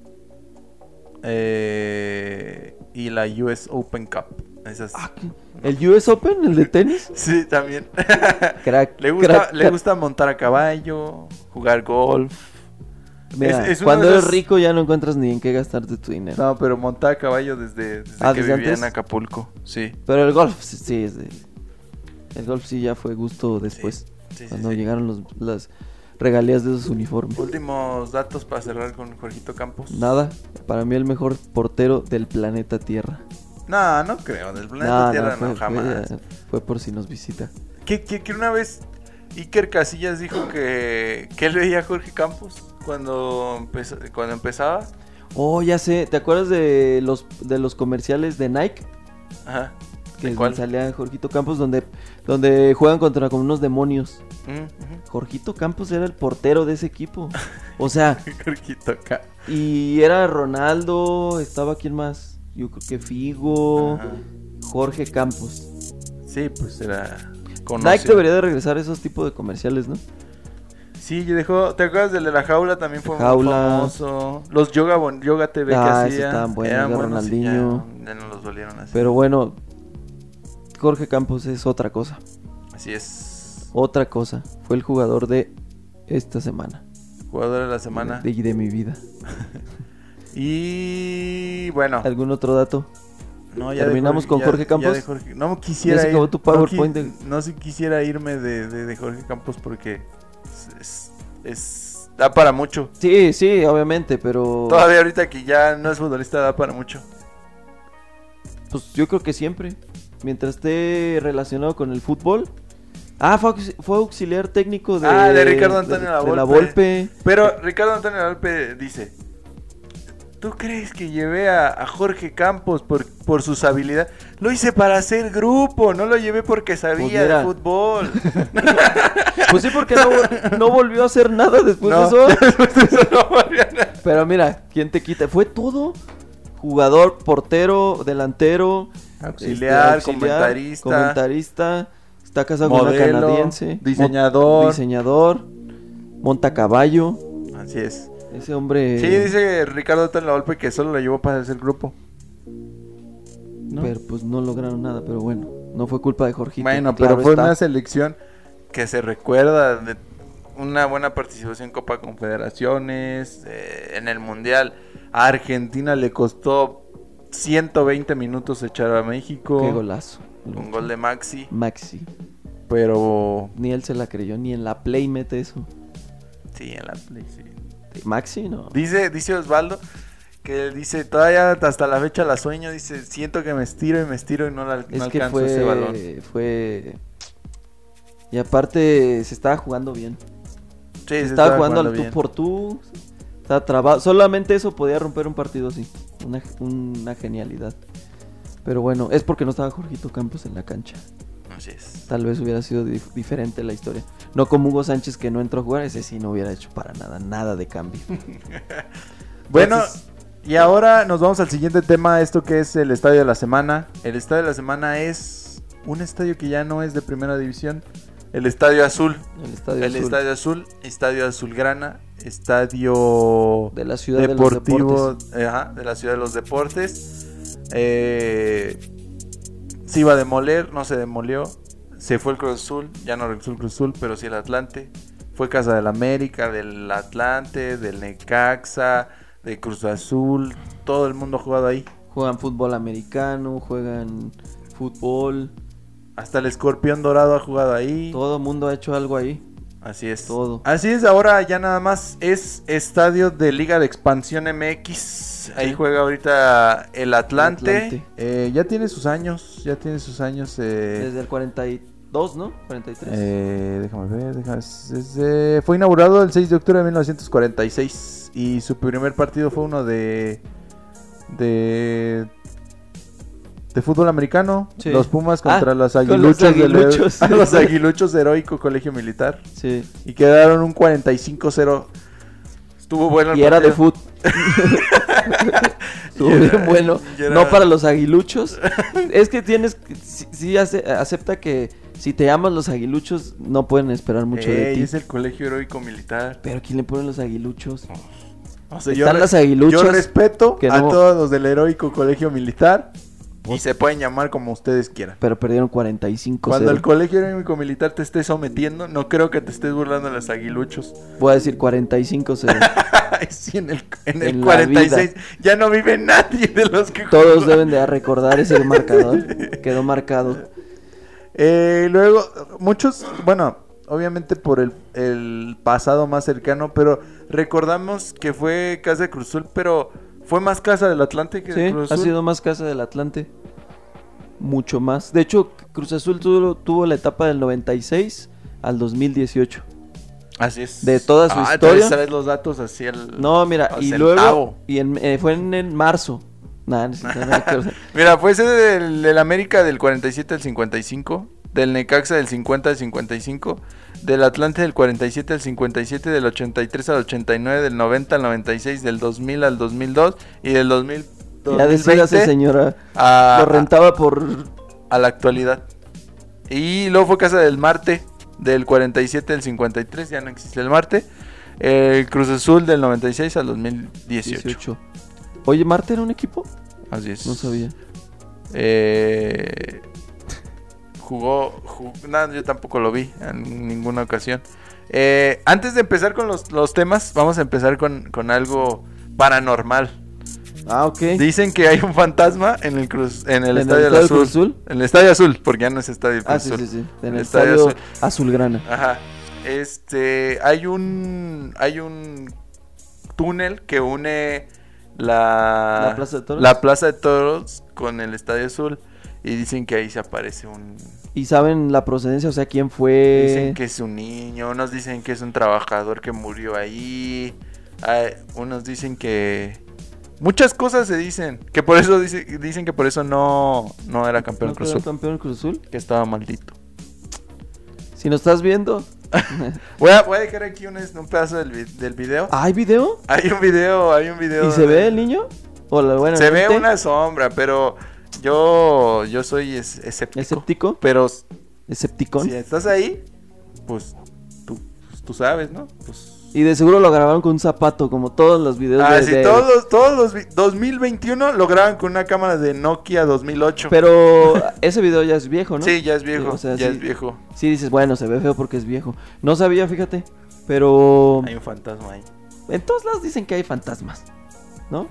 Speaker 1: eh, y la US Open Cup. Esas.
Speaker 2: Ah, ¿qué? ¿El US Open, el de tenis?
Speaker 1: Sí, también.
Speaker 2: Crack.
Speaker 1: Le gusta,
Speaker 2: crack,
Speaker 1: le
Speaker 2: crack.
Speaker 1: gusta montar a caballo, jugar golf.
Speaker 2: Mira,
Speaker 1: es- es uno
Speaker 2: cuando
Speaker 1: de
Speaker 2: eres
Speaker 1: los-
Speaker 2: rico ya no encuentras ni en qué gastarte tu dinero.
Speaker 1: No, pero montar a caballo desde, desde
Speaker 2: Ah,
Speaker 1: que
Speaker 2: ¿desde
Speaker 1: vivía
Speaker 2: antes?
Speaker 1: en Acapulco. Sí.
Speaker 2: Pero el golf, sí, sí, es de- el golf sí ya fue gusto después.
Speaker 1: Sí, sí,
Speaker 2: cuando
Speaker 1: sí.
Speaker 2: llegaron los- las regalías de esos uniformes.
Speaker 1: Últimos datos para cerrar con Jorgito Campos.
Speaker 2: Nada, para mí el mejor portero del planeta Tierra.
Speaker 1: No, no creo. Del planeta
Speaker 2: Nada,
Speaker 1: Tierra no, pues,
Speaker 2: fue,
Speaker 1: jamás.
Speaker 2: Fue, fue por si nos visita.
Speaker 1: Que, que- que una vez Iker Casillas dijo que, que él veía a Jorge Campos cuando, empezó- cuando empezaba.
Speaker 2: Oh, ya sé, ¿te acuerdas de los, de los comerciales de Nike?
Speaker 1: Ajá.
Speaker 2: Que
Speaker 1: ¿De cuál?
Speaker 2: salía Jorgito Campos donde, donde juegan contra como unos demonios.
Speaker 1: Mm, ujú.
Speaker 2: Jorgito Campos era el portero de ese equipo. O sea,
Speaker 1: Jorgito Campos.
Speaker 2: y era Ronaldo, estaba quién más. Yo creo que Figo,
Speaker 1: Ajá.
Speaker 2: Jorge Campos.
Speaker 1: Sí, pues era
Speaker 2: Nike
Speaker 1: conocido.
Speaker 2: debería de regresar a esos tipos de comerciales, ¿no?
Speaker 1: Sí, y dejó, ¿te acuerdas del de la jaula? También fue
Speaker 2: Jaula.
Speaker 1: muy famoso. Los yoga, Bon- yoga TV que
Speaker 2: Ah, esos
Speaker 1: hacía.
Speaker 2: estaban buenos,
Speaker 1: eran
Speaker 2: de
Speaker 1: buenos y ya,
Speaker 2: Ronaldinho.
Speaker 1: Ya, no los volvieron así.
Speaker 2: Pero bueno, Jorge Campos es otra cosa.
Speaker 1: Así es.
Speaker 2: Otra cosa. Fue el jugador de esta semana.
Speaker 1: Jugador de la semana.
Speaker 2: De, de mi vida.
Speaker 1: Y bueno,
Speaker 2: ¿Algún otro dato?
Speaker 1: no, ya de
Speaker 2: ¿terminamos con Jorge
Speaker 1: ya-
Speaker 2: Campos?
Speaker 1: ya de Jorge- No
Speaker 2: Ya
Speaker 1: quisiera
Speaker 2: se acabó
Speaker 1: ir-
Speaker 2: tu
Speaker 1: no qui-
Speaker 2: PowerPoint de-
Speaker 1: No, si quisiera irme de, de- de Jorge Campos porque es, es- es- da para mucho.
Speaker 2: Sí, sí, obviamente, pero.
Speaker 1: Todavía ahorita que ya no es futbolista da para mucho.
Speaker 2: Pues yo creo que siempre. Mientras esté relacionado con el fútbol. Ah, fue, aux- fue auxiliar técnico de.
Speaker 1: Ah, de Ricardo Antonio
Speaker 2: de la
Speaker 1: Lavolpe.
Speaker 2: Volpe.
Speaker 1: Pero Ricardo Antonio Alpe dice: ¿Tú crees que llevé a, a Jorge Campos por, por sus habilidades? Lo hice para hacer grupo, no lo llevé porque sabía
Speaker 2: mira.
Speaker 1: de fútbol.
Speaker 2: Pues sí, porque no, vol- no volvió a hacer nada después
Speaker 1: No.
Speaker 2: de eso.
Speaker 1: Eso no valía nada.
Speaker 2: Pero mira, ¿quién te quita? Fue todo. Jugador, portero, delantero.
Speaker 1: Auxiliar,
Speaker 2: este,
Speaker 1: comentarista.
Speaker 2: comentarista, Está casado con
Speaker 1: Modelo,
Speaker 2: una canadiense.
Speaker 1: diseñador.
Speaker 2: mon- Diseñador. Monta caballo.
Speaker 1: Así es.
Speaker 2: Ese hombre.
Speaker 1: Sí, dice Ricardo Antonio Alpe que solo lo llevó para hacer grupo. ¿no?
Speaker 2: Pero pues no lograron nada, pero bueno. No fue culpa de Jorgito.
Speaker 1: Bueno,
Speaker 2: claro
Speaker 1: pero fue
Speaker 2: está.
Speaker 1: una selección que se recuerda de una buena participación en Copa Confederaciones, eh, en el Mundial. A Argentina le costó 120 minutos echar a México.
Speaker 2: Qué golazo.
Speaker 1: Un gol de Maxi.
Speaker 2: Maxi.
Speaker 1: Pero
Speaker 2: Ni él se la creyó, ni en la Play mete eso.
Speaker 1: sí, en la play, sí.
Speaker 2: Maxi, no.
Speaker 1: Dice, dice Osvaldo que dice, todavía hasta la fecha la sueño, dice, siento que me estiro y me estiro y no, la,
Speaker 2: Es
Speaker 1: no
Speaker 2: que
Speaker 1: alcanzo ese balón.
Speaker 2: fue. Fue. Y aparte, se estaba jugando bien.
Speaker 1: Sí,
Speaker 2: Se
Speaker 1: se
Speaker 2: estaba jugando al
Speaker 1: bien.
Speaker 2: tú por tú. Estaba trabado. Solamente eso podía romper un partido así. Una, una genialidad. Pero bueno, es porque no estaba Jorgito Campos en la cancha.
Speaker 1: Así es.
Speaker 2: Tal vez hubiera sido dif- diferente la historia. No como Hugo Sánchez que no entró a jugar, ese sí no hubiera hecho para nada, nada de cambio.
Speaker 4: Bueno,
Speaker 2: Entonces,
Speaker 4: y ahora nos vamos al siguiente tema, esto que es el estadio de la semana.
Speaker 1: El estadio de la semana es un estadio que ya no es de primera división. El estadio azul.
Speaker 2: el estadio,
Speaker 1: El
Speaker 2: Azul
Speaker 1: estadio azul, estadio azulgrana, estadio
Speaker 2: de la ciudad de los
Speaker 1: deportivo
Speaker 2: deportes.
Speaker 1: ajá, de la ciudad de los deportes. Eh, se iba a demoler, no se demolió. Se fue el Cruz Azul, ya no regresó el Cruz Azul, pero sí el Atlante. Fue Casa del América, del Atlante, del Necaxa, de Cruz Azul. Todo el mundo ha jugado ahí.
Speaker 2: Juegan fútbol americano, juegan fútbol.
Speaker 1: Hasta el escorpión dorado ha jugado ahí.
Speaker 2: Todo el mundo ha hecho algo ahí.
Speaker 1: Así es.
Speaker 2: Todo.
Speaker 1: Así es, ahora ya nada más es estadio de Liga de Expansión MX. Ahí
Speaker 2: Sí.
Speaker 1: juega ahorita el Atlante.
Speaker 2: Atlante.
Speaker 4: Eh, ya tiene sus años, ya tiene sus años. Eh,
Speaker 2: Desde el 42, ¿no? 43.
Speaker 4: eh, déjame ver, déjame- es- es de- fue inaugurado el 6 de octubre de 1946 y su primer partido fue uno de de de fútbol americano,
Speaker 2: Sí.
Speaker 4: los Pumas
Speaker 2: Ah,
Speaker 4: contra los
Speaker 2: con
Speaker 4: aguiluchos,
Speaker 2: los
Speaker 4: del-
Speaker 2: aguiluchos.
Speaker 4: los aguiluchos de heroico colegio militar
Speaker 2: Sí.
Speaker 4: y quedaron un 45-0.
Speaker 1: Estuvo bueno el
Speaker 2: Y era de
Speaker 1: partido.
Speaker 2: fútbol. Estuvo
Speaker 1: Y era-
Speaker 2: bien bueno.
Speaker 1: y era-
Speaker 2: No para los aguiluchos. es que tienes. que- Sí, sí ace- acepta que si te llaman los aguiluchos, no pueden esperar mucho de
Speaker 1: Ey,
Speaker 2: ti.
Speaker 1: es el colegio heroico militar.
Speaker 2: Pero ¿quién le ponen los aguiluchos?
Speaker 1: O sea, yo
Speaker 2: Están
Speaker 1: re-
Speaker 2: las aguiluchas.
Speaker 1: yo respeto
Speaker 2: que
Speaker 1: a
Speaker 2: no-
Speaker 1: todos los del heroico colegio militar. Y se pueden llamar como ustedes quieran.
Speaker 2: Pero perdieron 45
Speaker 1: Cuando el
Speaker 2: Voy
Speaker 1: colegio heroico militar te esté sometiendo, no creo que te estés burlando de los aguiluchos.
Speaker 2: Voy a decir 45 0.
Speaker 1: Ay, sí, en el, en el
Speaker 2: En la
Speaker 1: 46 ya no vive nadie de los que
Speaker 2: Todos
Speaker 1: jugó.
Speaker 2: deben de recordar ese marcador. Quedó marcado.
Speaker 4: Eh, luego, muchos, bueno, obviamente por el, el pasado más cercano, pero recordamos que fue Casa de Cruzul, pero fue más Casa del Atlante que de
Speaker 2: Sí,
Speaker 4: Cruz
Speaker 2: ha
Speaker 4: Azul.
Speaker 2: sido más casa del Atlante. Mucho más. De hecho, Cruz Azul tuvo, tuvo la etapa del 96 al 2018.
Speaker 1: Así es.
Speaker 2: de toda su
Speaker 1: Ah,
Speaker 2: historia.
Speaker 1: entonces traes los datos así el.
Speaker 2: No, mira,
Speaker 1: al
Speaker 2: y
Speaker 1: centavo.
Speaker 2: luego. Y en- eh, fue en, en marzo. Nah, no, no, no, que- o sea,
Speaker 1: Mira, fue ese del, del América del 47 al 55, del Necaxa del 50 al 55, del Atlante del 47 al 57, del 83 al 89, del 90 al 96, del 2000 al 2002 y del 2000
Speaker 2: ya decídase,
Speaker 1: 2020
Speaker 2: señora.
Speaker 1: a,
Speaker 2: Lo rentaba por.
Speaker 1: a la actualidad. Y luego fue Casa del Marte, del 47 al 53, ya no existe el Marte. El Cruz Azul del 96 al 2018.
Speaker 2: 18. Oye, ¿Marte era un equipo?
Speaker 1: Así es.
Speaker 2: No sabía.
Speaker 1: Eh, jugó, Nada, yo tampoco lo vi en ninguna ocasión. Eh, antes de empezar con los, los temas, vamos a empezar con, con algo paranormal.
Speaker 2: Ah, ok.
Speaker 1: Dicen que hay un fantasma en el cruz, en el
Speaker 2: ¿En el
Speaker 1: estadio del
Speaker 2: Estadio
Speaker 1: azul.
Speaker 2: Cruz Azul?
Speaker 1: En el estadio azul, porque ya no es estadio
Speaker 2: Ah,
Speaker 1: Cruz
Speaker 2: sí,
Speaker 1: Azul.
Speaker 2: sí, sí. En
Speaker 1: El
Speaker 2: el
Speaker 1: estadio
Speaker 2: estadio
Speaker 1: azul.
Speaker 2: Azulgrana.
Speaker 1: Ajá. Este, hay un hay un túnel que une la
Speaker 2: La Plaza de Toros.
Speaker 1: la Plaza de Toros con el Estadio Azul y dicen que ahí se aparece un
Speaker 2: ¿Y saben la procedencia? O sea, ¿quién fue?
Speaker 1: dicen que es un niño, unos dicen que es un trabajador que murió ahí. hay- unos dicen que muchas cosas se dicen, que por eso dice- dicen que por eso no no era campeón
Speaker 2: ¿No
Speaker 1: Cruz
Speaker 2: quedó
Speaker 1: Azul,
Speaker 2: campeón Cruz Azul?
Speaker 1: que estaba maldito.
Speaker 2: Si nos estás viendo.
Speaker 1: Voy a, voy a dejar aquí un, un pedazo del, vi- del video.
Speaker 2: Ah, ¿Hay video?
Speaker 1: Hay un video, hay un video.
Speaker 2: ¿Y se
Speaker 1: donde-
Speaker 2: ve el niño? O la- bueno, este,
Speaker 1: Se ve
Speaker 2: mente,
Speaker 1: una sombra, pero yo, yo soy es- escéptico.
Speaker 2: ¿Escéptico?
Speaker 1: Pero s-
Speaker 2: Escepticón.
Speaker 1: si estás ahí, pues tú, pues, tú sabes, ¿no? Pues...
Speaker 2: Y de seguro lo grabaron con un zapato, como todos los videos
Speaker 1: Ah,
Speaker 2: de,
Speaker 1: sí,
Speaker 2: de-
Speaker 1: todos los, todos los vi- 2021 lo graban con una cámara de Nokia 2008.
Speaker 2: Pero ese video ya es viejo, ¿no?
Speaker 1: Sí, ya es viejo,
Speaker 2: O sea,
Speaker 1: ya
Speaker 2: sí.
Speaker 1: es viejo.
Speaker 2: Sí dices, bueno, se ve feo porque es viejo. No sabía, fíjate. Pero
Speaker 1: Hay un fantasma ahí.
Speaker 2: en todos lados dicen que hay fantasmas, ¿no?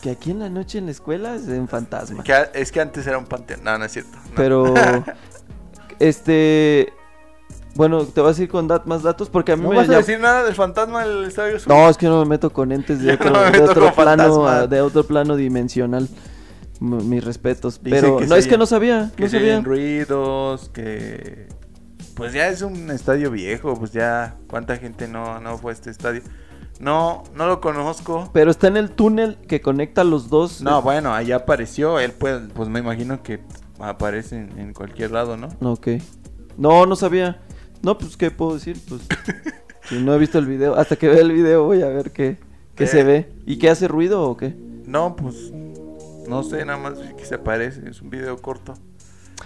Speaker 2: Que aquí en la noche en la escuela es un fantasma.
Speaker 1: Que a- es que antes era un panteón. No, no es cierto. no.
Speaker 2: Pero, este, bueno, te vas a ir con dat- más datos porque a mí
Speaker 1: ¿No
Speaker 2: me
Speaker 1: vas a
Speaker 2: llam-
Speaker 1: decir nada del fantasma del Estadio Azul?
Speaker 2: No, es que no me meto con entes de
Speaker 1: Yo
Speaker 2: otro,
Speaker 1: no me
Speaker 2: de
Speaker 1: meto
Speaker 2: otro
Speaker 1: con
Speaker 2: plano,
Speaker 1: fantasmas.
Speaker 2: ah, de otro plano dimensional. M- mis respetos.
Speaker 1: Dicen
Speaker 2: Pero
Speaker 1: que
Speaker 2: no
Speaker 1: se
Speaker 2: es que
Speaker 1: oyen-
Speaker 2: no sabía,
Speaker 1: Que
Speaker 2: no
Speaker 1: se oyen
Speaker 2: sabía.
Speaker 1: ruidos, que... Pues ya es un estadio viejo, pues ya cuánta gente no, no fue a este estadio. No, no lo conozco.
Speaker 2: Pero está en el túnel que conecta los dos.
Speaker 1: No, bueno, allá apareció, él puede, pues me imagino que aparece en, en cualquier lado, ¿no?
Speaker 2: No, ok. No, no sabía. No, pues, ¿qué puedo decir? Pues, si no he visto el video, hasta que vea el video voy a ver qué, qué
Speaker 1: Eh.
Speaker 2: se ve. ¿Y qué hace ruido o qué?
Speaker 1: No, pues no sé, nada más que se aparece, es un video corto.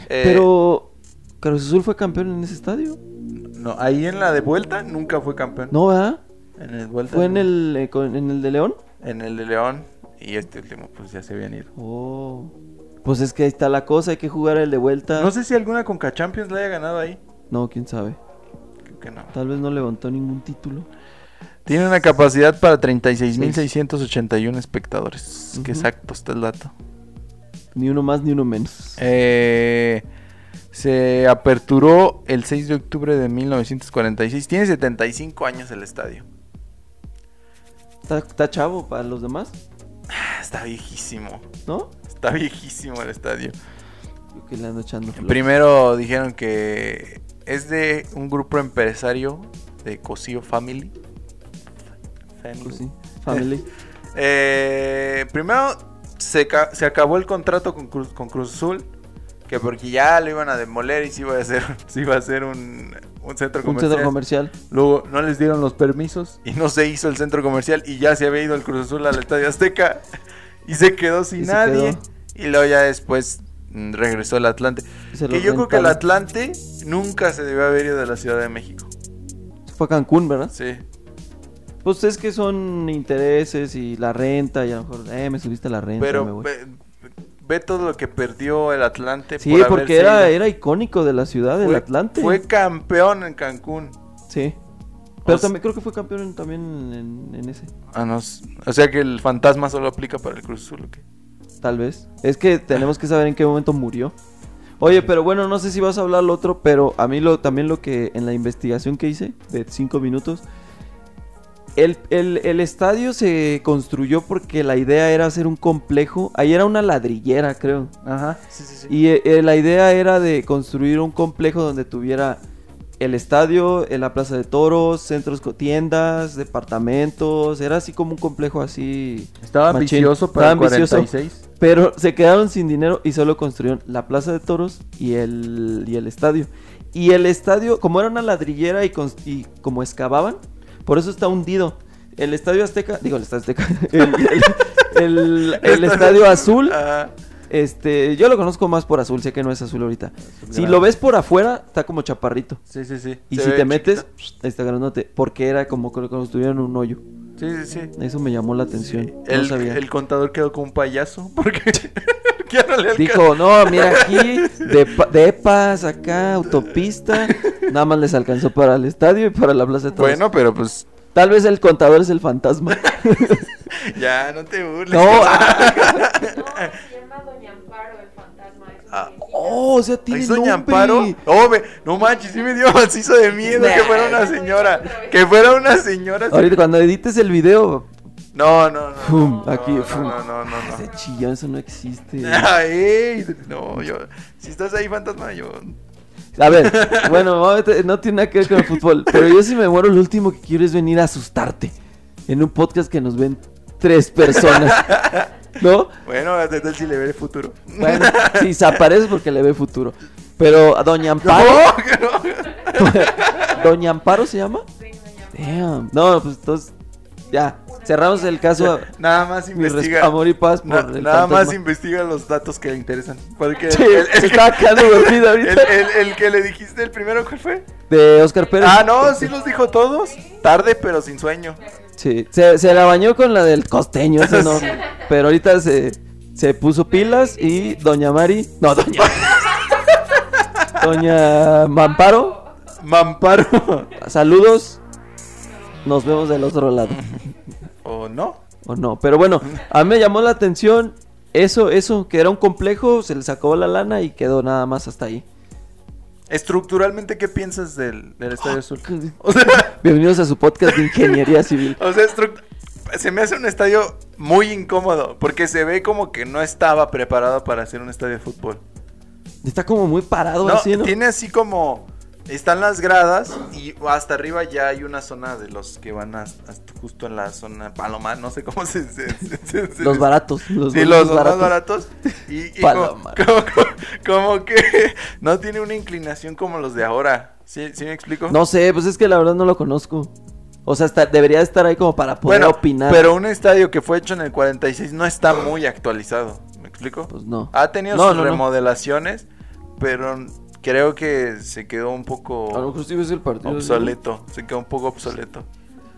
Speaker 1: Eh,
Speaker 2: Pero, Cruz Azul fue campeón en ese estadio.
Speaker 1: No, ahí en la de vuelta nunca fue campeón.
Speaker 2: No, ¿verdad?
Speaker 1: En el vuelta.
Speaker 2: ¿Fue en
Speaker 1: no.
Speaker 2: el, eh, con- en el de León?
Speaker 1: En el de León y este último, pues ya se habían ido.
Speaker 2: Oh. Pues es que ahí está la cosa, hay que jugar el de vuelta.
Speaker 1: No sé si alguna Conca Champions la haya ganado ahí.
Speaker 2: No, quién sabe.
Speaker 1: Creo que no.
Speaker 2: Tal vez no levantó ningún título.
Speaker 1: Tiene una capacidad para 36.681 espectadores.
Speaker 2: Ujú.
Speaker 1: Qué exacto está el dato.
Speaker 2: Ni uno más ni uno menos.
Speaker 1: Eh, se aperturó el 6 de octubre de 1946. Tiene 75 años el estadio.
Speaker 2: Está, está chavo para los demás,
Speaker 1: Ah, Está viejísimo.
Speaker 2: ¿no?
Speaker 1: Está viejísimo el estadio.
Speaker 2: Yo que le ando echando flores.
Speaker 1: Primero dijeron que es de un grupo empresario de Cosío Family. Family.
Speaker 2: Pues sí, Family.
Speaker 1: Eh, primero se, ca- se acabó el contrato con Cruz, con Cruz Azul. Que porque ya lo iban a demoler y se iba a hacer, se iba a hacer un, un centro
Speaker 2: Un
Speaker 1: comercial.
Speaker 2: centro comercial.
Speaker 1: Luego no les dieron
Speaker 4: los permisos.
Speaker 1: y no se hizo el centro comercial y ya se había ido el Cruz Azul al Estadio Azteca y se quedó sin
Speaker 2: Y se
Speaker 1: nadie.
Speaker 2: quedó.
Speaker 1: Y luego ya después mm, regresó el Atlante.
Speaker 2: se lo
Speaker 1: que yo creo que el
Speaker 2: rentaron.
Speaker 1: Atlante nunca se debió haber ido de la Ciudad de México.
Speaker 2: Se fue a Cancún, ¿verdad?
Speaker 1: Sí.
Speaker 2: Pues es que son intereses y la renta, y a lo mejor, eh, me subiste la renta. me
Speaker 1: Pero
Speaker 2: voy.
Speaker 1: ve, ve todo lo que perdió el Atlante.
Speaker 2: sí,
Speaker 1: por
Speaker 2: porque
Speaker 1: haberse
Speaker 2: era,
Speaker 1: ido.
Speaker 2: era icónico de la ciudad, del
Speaker 1: Fue-
Speaker 2: Atlante.
Speaker 1: Fue campeón en Cancún.
Speaker 2: Sí. Pero
Speaker 1: O sea-
Speaker 2: también creo que fue campeón en- también en, en ese.
Speaker 1: Ah, no, s- o sea que el fantasma solo aplica para el Cruz Azul. ¿o qué?
Speaker 2: Tal vez. Es que tenemos que saber en qué momento murió. Oye, pero bueno, no sé si vas a hablar lo otro, pero a mí lo, también lo que en la investigación que hice de 5 minutos, el, el- el estadio se construyó porque la idea era hacer un complejo. Ahí era una ladrillera, creo.
Speaker 4: Ajá.
Speaker 1: Sí, sí, sí.
Speaker 2: Y eh, eh, la idea era de construir un complejo donde tuviera el estadio, eh, la plaza de toros, centros, co- tiendas, departamentos. Era así como un complejo así.
Speaker 4: Estaba
Speaker 2: Machín.
Speaker 4: ambicioso para el
Speaker 2: Estaba ambicioso.
Speaker 4: 46.
Speaker 2: Pero se quedaron sin dinero y solo construyeron la plaza de toros y el, y el estadio. Y el estadio, como era una ladrillera y, cons- y como excavaban, por eso está hundido. El estadio Azteca, digo el estadio Azteca, el, el- el- el estadio Azul
Speaker 1: Ah,
Speaker 2: este, yo lo conozco más por azul, sé que no es azul ahorita. si
Speaker 4: grande.
Speaker 2: lo ves por afuera, está como chaparrito.
Speaker 4: Sí, sí, sí.
Speaker 2: Y
Speaker 1: Se
Speaker 2: si
Speaker 1: ve
Speaker 2: te metes, está grandote. Porque era como que lo construyeron un hoyo.
Speaker 1: sí, sí, sí.
Speaker 2: Eso me llamó la atención. no
Speaker 1: El,
Speaker 2: sabía.
Speaker 1: el contador quedó como un payaso porque ya no le alcanza.
Speaker 2: Dijo, no, mira aquí, de, pa- de EPAS acá, autopista. Nada más les alcanzó para el estadio y para la plaza de toros.
Speaker 1: Bueno, pero pues
Speaker 2: Tal vez el contador es el fantasma.
Speaker 1: ya no te burles.
Speaker 2: no, ah,
Speaker 3: No, se llama Doña Amparo, el fantasma. Es una
Speaker 1: Ah,
Speaker 3: viejita.
Speaker 2: oh, o sea, tiene
Speaker 1: ¿Ahí soy
Speaker 2: nombre.
Speaker 1: Amparo? Oh, me- no manches, sí me dio macizo de miedo que fuera una señora. Que fuera una señora. sí.
Speaker 2: Ahorita cuando edites el video,
Speaker 1: No, no, no.
Speaker 2: Fum,
Speaker 1: no,
Speaker 2: aquí,
Speaker 1: no,
Speaker 2: fum.
Speaker 1: No, no, no. no.
Speaker 2: ese chillón, eso no existe.
Speaker 1: Ah, ey, no, yo. Si estás ahí, fantasma, yo.
Speaker 2: A ver, bueno, obviamente no tiene nada que ver con el fútbol, pero yo si me muero lo último que quiero es venir a asustarte en un podcast que nos ven tres personas, ¿no?
Speaker 1: Bueno, ¿qué tal si le ve el futuro?
Speaker 2: Bueno, si desapareces porque le ve futuro. Pero a Doña Amparo,
Speaker 1: No, que no.
Speaker 2: Doña Amparo se llama?
Speaker 3: Sí, Doña Amparo.
Speaker 2: Damn. No, pues entonces ya cerramos el caso.
Speaker 1: Nada más
Speaker 2: Mi res-
Speaker 1: investiga.
Speaker 2: amor y paz por
Speaker 1: Na-
Speaker 2: el
Speaker 1: nada más
Speaker 2: fantasma.
Speaker 1: investiga los datos que le interesan. Porque
Speaker 2: Sí,
Speaker 1: el- el-
Speaker 2: se estaba quedando dormido
Speaker 1: el-
Speaker 2: ahorita.
Speaker 1: el- el que le dijiste el primero, ¿cuál fue?
Speaker 2: De Oscar Pérez.
Speaker 1: Ah, no, sí los dijo todos. Tarde, pero sin sueño.
Speaker 2: Sí, se, se la bañó con la del costeño, ese no. Pero ahorita se, se puso pilas y Doña Mari. No, Doña. Doña Mamparo,
Speaker 1: Mamparo.
Speaker 2: saludos. Nos vemos del otro lado.
Speaker 1: ¿O no?
Speaker 2: O no, pero bueno, a mí me llamó la atención eso, eso, que era un complejo, se le sacó la lana y quedó nada más hasta ahí.
Speaker 1: Estructuralmente, ¿qué piensas del, del Estadio Azul?
Speaker 2: que-
Speaker 1: O sea,
Speaker 2: Bienvenidos a su podcast de ingeniería civil.
Speaker 1: o sea, estruct- se me hace un estadio muy incómodo. Porque se ve como que no estaba preparado para hacer un estadio de fútbol.
Speaker 2: Está como muy parado
Speaker 1: No,
Speaker 2: así, ¿no?
Speaker 1: tiene así como. Están las gradas y hasta arriba ya hay una zona de los que van hasta, hasta justo en la zona Palomar, no sé cómo se... se- se- se- se-
Speaker 2: Los baratos. Los
Speaker 1: sí, los,
Speaker 2: bonitos
Speaker 1: los más baratos. Y, y como,
Speaker 2: Paloma.
Speaker 1: como- como- como que no tiene una inclinación como los de ahora. ¿Sí, sí me explico?
Speaker 2: No sé, pues es que la verdad no lo conozco. O sea, está- debería estar ahí como para poder
Speaker 1: bueno,
Speaker 2: opinar.
Speaker 1: pero un estadio que fue hecho en el 46 no está muy actualizado. ¿Me explico?
Speaker 2: Pues no.
Speaker 1: Ha tenido
Speaker 2: No,
Speaker 1: sus
Speaker 2: no, no.
Speaker 1: remodelaciones, pero creo que se quedó un
Speaker 2: A lo
Speaker 1: poco
Speaker 2: mejor sí ves el partido. ¿sí?
Speaker 1: obsoleto. Se quedó un poco obsoleto.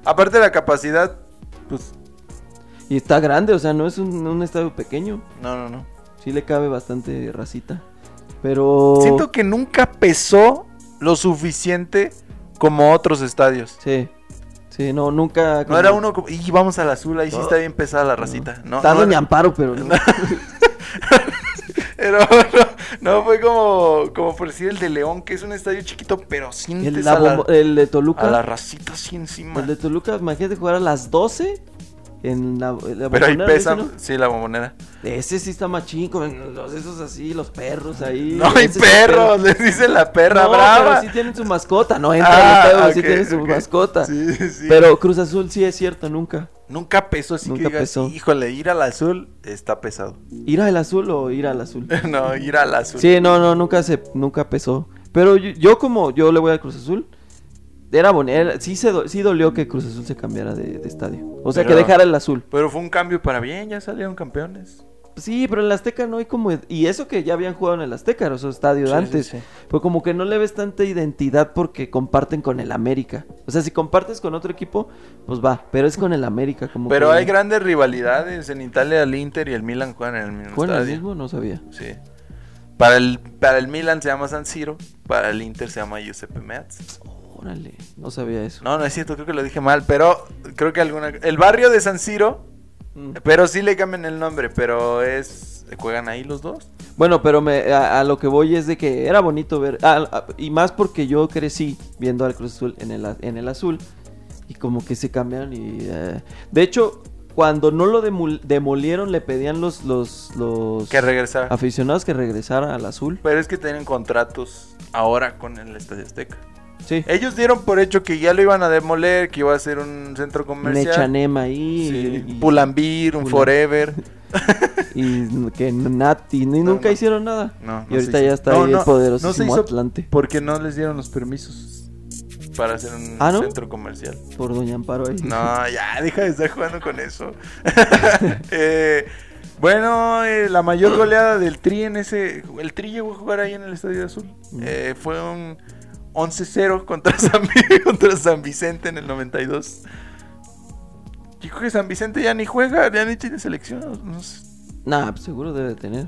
Speaker 1: Aparte la capacidad, pues...
Speaker 2: Y está grande, o sea, no es un, un estadio pequeño.
Speaker 1: No, no, no.
Speaker 2: Sí le cabe bastante racita. Pero.
Speaker 1: Siento que nunca pesó lo suficiente como otros estadios.
Speaker 2: Sí. Sí, no, nunca.
Speaker 1: No era uno como, y vamos al azul, ahí sí está bien pesada la racita. No,
Speaker 2: Está
Speaker 1: no
Speaker 2: Doña
Speaker 1: era-
Speaker 2: Amparo, pero no.
Speaker 1: Pero no, no, fue como, como por decir el de León, que es un estadio chiquito, pero sientes
Speaker 2: El, la
Speaker 1: a, la,
Speaker 2: bombo- el de Toluca.
Speaker 1: a la racita así encima.
Speaker 2: El de Toluca, imagínate jugar a las 12 en la, en la
Speaker 1: Pero ahí
Speaker 2: bombonera,
Speaker 1: pesa,
Speaker 2: ¿no?
Speaker 1: sí, la bombonera.
Speaker 2: Ese sí está más chico, los esos así, los perros ahí.
Speaker 1: No hay
Speaker 2: ese sí está
Speaker 1: perros, les dice la perra
Speaker 2: No,
Speaker 1: brava.
Speaker 2: pero sí tienen su mascota, no entra
Speaker 1: Ah,
Speaker 2: al estadio, sí
Speaker 1: ok,
Speaker 2: tienen su
Speaker 1: ok.
Speaker 2: mascota.
Speaker 1: Sí, sí, sí.
Speaker 2: Pero Cruz Azul sí es cierto, nunca.
Speaker 1: Nunca pesó, así
Speaker 2: Nunca
Speaker 1: que digas,
Speaker 2: pesó.
Speaker 1: híjole, ir al azul está pesado.
Speaker 2: ¿Ir al azul o ir al azul?
Speaker 1: no, ir al azul.
Speaker 2: Sí, no, no, nunca se, nunca pesó. Pero yo, yo como yo le voy al Cruz Azul, era bonito, sí, se do- sí dolió que Cruz Azul se cambiara de, de estadio. O sea,
Speaker 1: Pero-
Speaker 2: que dejara el azul.
Speaker 1: Pero fue un cambio para bien, ya salieron campeones.
Speaker 2: Sí, pero en el Azteca no hay como... Y eso que ya habían jugado en el Azteca, o sea, estadio de
Speaker 1: Sí, sí,
Speaker 2: antes.
Speaker 1: sí.
Speaker 2: Pues como que no le ves tanta identidad porque comparten con el América. O sea, si compartes con otro equipo, pues va. Pero es con el América como
Speaker 1: Pero
Speaker 2: que-
Speaker 1: hay grandes rivalidades. En Italia el Inter y el Milan juegan en el mismo
Speaker 2: ¿Juegan el
Speaker 1: estadio.
Speaker 2: mismo? No sabía.
Speaker 1: Sí. Para el, para el Milan se llama San Siro, para el Inter se llama Giuseppe Meazza.
Speaker 2: Órale, no sabía eso.
Speaker 1: No, no es cierto, creo que lo dije mal, pero creo que alguna... El barrio de San Siro,
Speaker 2: Mm.
Speaker 1: pero sí le cambian el nombre, pero es... ¿Juegan ahí los dos?
Speaker 2: Bueno, pero me, a, a lo que voy es de que era bonito ver... ah, ah, y más porque yo crecí viendo al Cruz Azul en el, a- en el azul. Y como que se cambiaron y... eh, De hecho, cuando no lo demol- demolieron, le pedían los... los, los...
Speaker 1: Que regresa.
Speaker 2: Ah. aficionados que regresara al azul.
Speaker 1: Pero es que tienen contratos ahora con el Estadio Azteca.
Speaker 2: Sí.
Speaker 1: Ellos dieron por hecho que ya lo iban a demoler, que iba a ser un centro
Speaker 2: Un
Speaker 1: comercial.
Speaker 2: Echanema ahí.
Speaker 1: Sí,
Speaker 2: y-
Speaker 1: un Pulambir, un
Speaker 2: Pulam-
Speaker 1: Forever.
Speaker 2: Y que Nati. Ni
Speaker 1: No,
Speaker 2: nunca
Speaker 1: no.
Speaker 2: hicieron nada.
Speaker 1: No, no
Speaker 2: y ahorita
Speaker 1: se
Speaker 2: ya
Speaker 1: hizo.
Speaker 2: está
Speaker 1: No,
Speaker 2: ahí
Speaker 1: no,
Speaker 2: el poderosísimo
Speaker 1: no se hizo
Speaker 2: Atlante.
Speaker 1: Porque no les dieron los permisos para hacer un
Speaker 2: ¿Ah, no?
Speaker 1: centro comercial.
Speaker 2: Por Doña Amparo ahí.
Speaker 1: No, ya, deja de estar jugando con eso. Eh, bueno, eh, la mayor goleada del Tri en ese. El Tri llegó a jugar ahí en el Estadio Azul.
Speaker 2: Mm.
Speaker 1: Eh, fue un 11-0 contra San, Vi- contra San Vicente en el 92. Yo creo que San Vicente ya ni juega, ya ni tiene selección. no sé,
Speaker 2: Nah, pues seguro debe de tener.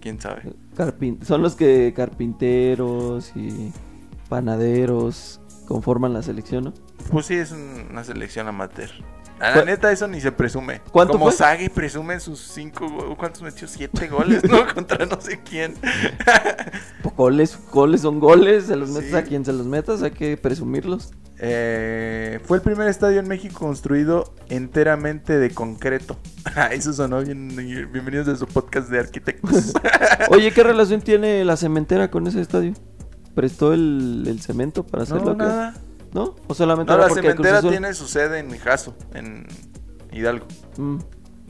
Speaker 1: quién sabe.
Speaker 2: Carpin- Son los que carpinteros y panaderos conforman la selección, ¿no?
Speaker 1: Pues sí, es un- una selección amateur. A la
Speaker 2: ¿Cuál-
Speaker 1: neta, eso ni se presume.
Speaker 2: ¿Cuánto
Speaker 1: Como
Speaker 2: fue?
Speaker 1: Sagi presume sus cinco. go- ¿Cuántos metió? Siete goles, ¿no? Contra no sé quién.
Speaker 2: Pues goles, goles son goles. Se los metes
Speaker 1: Sí.
Speaker 2: a quien se los metas. Hay que presumirlos.
Speaker 1: Eh, fue el primer estadio en México construido enteramente de concreto. Ah, Eso sonó bien. Bienvenidos a su podcast de arquitectos.
Speaker 2: Oye, ¿qué relación tiene la cementera con ese estadio? ¿Prestó el, el cemento para
Speaker 1: no,
Speaker 2: hacerlo?
Speaker 1: nada.
Speaker 2: ¿No? ¿O solamente
Speaker 1: No,
Speaker 2: era
Speaker 1: la
Speaker 2: porque Cruz
Speaker 1: cementera
Speaker 2: Azul-
Speaker 1: tiene su sede en Jaso, en Hidalgo.
Speaker 2: Mm.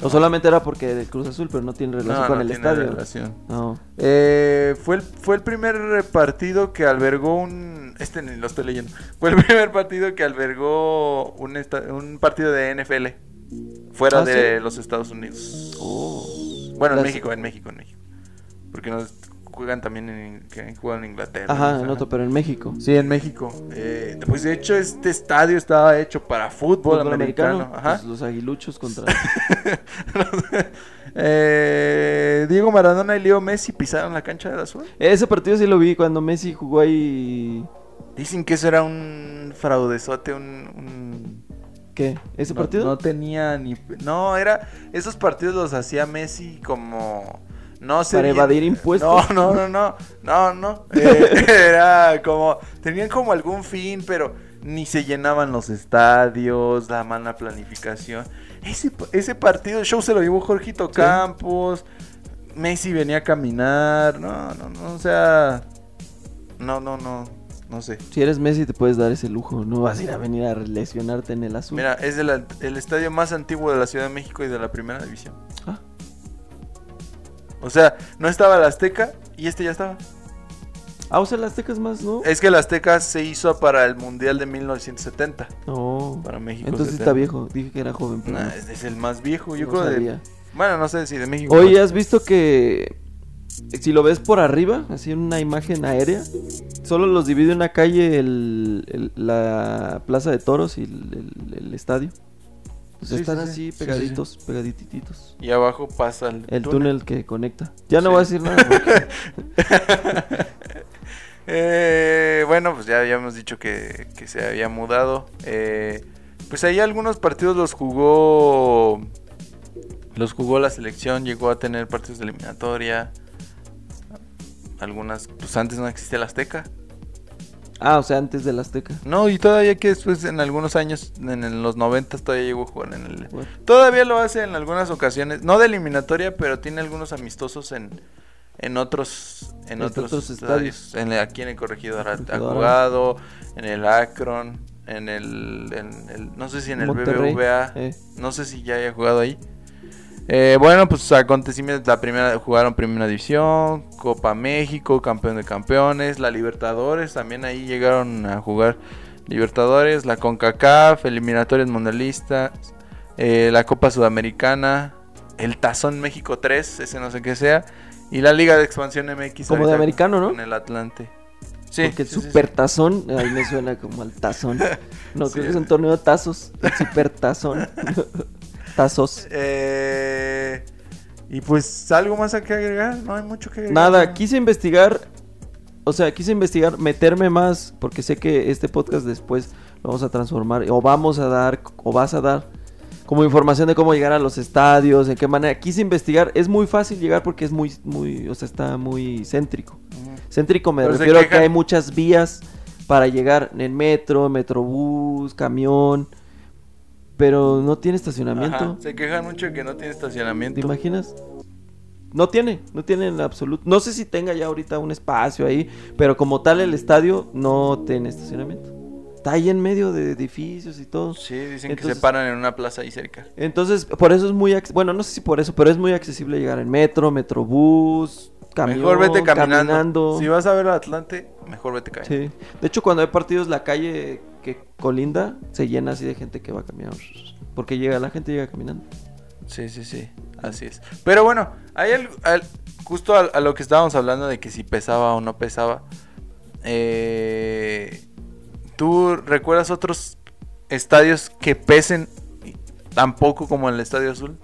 Speaker 2: O solamente era porque del Cruz Azul, pero no tiene relación
Speaker 1: No,
Speaker 2: con
Speaker 1: no
Speaker 2: el
Speaker 1: tiene
Speaker 2: estadio.
Speaker 1: relación.
Speaker 2: No.
Speaker 1: Eh, fue, el, fue el primer partido que albergó un. Este ni lo estoy leyendo. Fue el primer partido que albergó un, esta- un partido de NFL fuera
Speaker 2: Ah,
Speaker 1: de
Speaker 2: ¿sí?
Speaker 1: los Estados Unidos.
Speaker 2: Oh.
Speaker 1: Bueno, en
Speaker 2: Las-
Speaker 1: México, en México, en México. Porque nos juegan también en, que juegan en Inglaterra.
Speaker 2: Ajá,
Speaker 1: ¿no?
Speaker 2: en otro, pero en México.
Speaker 4: Sí, en México.
Speaker 1: Eh, pues de hecho, este estadio estaba hecho para fútbol,
Speaker 2: Fútbol
Speaker 1: americano. Ajá.
Speaker 2: pues, los aguiluchos contra. pues,
Speaker 1: Eh, Diego Maradona y Leo Messi pisaron la cancha del azul.
Speaker 2: Ese partido sí lo vi cuando Messi jugó ahí.
Speaker 1: Dicen que eso era un fraudezote, un. un-
Speaker 2: ¿Qué? ¿Ese
Speaker 1: no-
Speaker 2: partido?
Speaker 1: No tenía ni. No, era. Esos partidos los hacía Messi como. No sé.
Speaker 2: Para
Speaker 1: bien-
Speaker 2: evadir impuestos.
Speaker 1: No, no, no, no. No, no. Eh, era como. Tenían como algún fin, pero ni se llenaban los estadios, la mala planificación. Ese, ese partido, el show se lo llevó Jorgito Campos. Messi venía a caminar. No, no, no. O sea. No, no, no. No sé.
Speaker 2: Si eres Messi, te puedes dar ese lujo. No vas a ir a venir a lesionarte en el azul.
Speaker 1: Mira, es el, ant- el estadio más antiguo de la Ciudad de México y de la Primera División.
Speaker 2: Ah.
Speaker 1: O sea, no estaba el Azteca y este ya estaba.
Speaker 2: Ah, o sea, el Azteca es más, ¿no?
Speaker 1: Es que el Azteca se hizo para el Mundial de 1970.
Speaker 2: No.
Speaker 1: Para México.
Speaker 2: Entonces
Speaker 1: 70.
Speaker 2: está viejo. Dije que era joven. Pero
Speaker 1: Nah,
Speaker 2: no.
Speaker 1: es, es el más viejo, yo
Speaker 2: No
Speaker 1: creo. De,
Speaker 2: sabía.
Speaker 1: bueno, no sé si de México.
Speaker 2: Oye, ¿has visto que si lo ves por arriba, así en una imagen aérea, solo los divide una calle el, el- la plaza de toros y el, el- el estadio? O sea,
Speaker 1: Sí,
Speaker 2: están
Speaker 1: sí, sí.
Speaker 2: así
Speaker 1: Sí, sí,
Speaker 2: pegadititos, pegadititos.
Speaker 1: Y abajo pasa el,
Speaker 2: El túnel que conecta. Ya no voy a decir nada. porque-
Speaker 1: Eh, bueno, pues ya habíamos dicho que, que se había mudado. Eh, Pues ahí algunos partidos los jugó. Los jugó la selección, llegó a tener partidos de eliminatoria. Algunas, pues antes no existía el Azteca.
Speaker 2: Ah, o sea, antes del Azteca.
Speaker 1: No, y todavía que después en algunos años, en, en los 90 todavía llegó a jugar en el...
Speaker 2: What?
Speaker 1: Todavía lo hace en algunas ocasiones, no de eliminatoria, pero tiene algunos amistosos en, en otros en
Speaker 2: En
Speaker 1: otros,
Speaker 2: otros
Speaker 1: estadios. En el- aquí en el Corregidor ha, ha
Speaker 2: Corregidora.
Speaker 1: jugado, en el Akron, en el, en el- no sé si en el
Speaker 2: Monterrey,
Speaker 1: BBVA,
Speaker 2: eh.
Speaker 1: no sé si ya haya jugado ahí. Eh, bueno, pues acontecimientos, la primera, jugaron Primera División, Copa México, Campeón de Campeones, la Libertadores, también ahí llegaron a jugar Libertadores, la CONCACAF, eliminatorias mundialistas, eh, la Copa Sudamericana, el Tazón México 3, ese no sé qué sea, y la Liga de Expansión MX.
Speaker 2: Como de
Speaker 1: ahorita
Speaker 2: americano, ¿no?
Speaker 1: Con el Atlante. Sí.
Speaker 2: Porque el
Speaker 1: sí, sí, sí.
Speaker 2: supertazón, ahí me suena como al tazón. No,
Speaker 1: Sí.
Speaker 2: creo que es un torneo de tazos. El supertazón. Tazos.
Speaker 1: Eh, y pues algo más hay que agregar, no hay mucho que agregar.
Speaker 2: Nada, quise investigar. O sea, quise investigar, meterme más, porque sé que este podcast después lo vamos a transformar, o vamos a dar, o vas a dar, como información de cómo llegar a los estadios, en qué manera. Quise investigar, es muy fácil llegar porque es muy, muy, o sea, está muy céntrico.
Speaker 1: Ujú.
Speaker 2: Céntrico me
Speaker 1: Pero se
Speaker 2: refiero a que
Speaker 1: quejan.
Speaker 2: hay muchas vías para llegar en metro, metrobús, camión, pero no tiene estacionamiento.
Speaker 1: Ajá, se quejan mucho de que no tiene
Speaker 2: ¿Te
Speaker 1: estacionamiento.
Speaker 2: imaginas? No tiene, no tiene en absoluto. No sé si tenga ya ahorita un espacio ahí, pero como tal el estadio no tiene estacionamiento. Está ahí en medio de edificios y todo.
Speaker 1: Sí, dicen que se
Speaker 2: Entonces-
Speaker 1: paran en una plaza ahí cerca.
Speaker 2: Entonces, por eso es muy... ac- Bueno, no sé si por eso, pero es muy accesible llegar en metro, metrobús, camión,
Speaker 1: mejor vete caminando.
Speaker 2: caminando.
Speaker 1: Si vas a ver al Atlante, mejor vete caminando.
Speaker 2: Sí. De hecho, cuando hay partidos, la calle que colinda se llena así de gente que va caminando. Porque llega, la gente llega caminando.
Speaker 1: Sí, sí, sí, así es. Pero bueno, hay al- al- justo al- a, lo que estábamos hablando de que si pesaba o no pesaba. eh, ¿Tú recuerdas otros estadios que pesen tampoco como el Estadio Azul?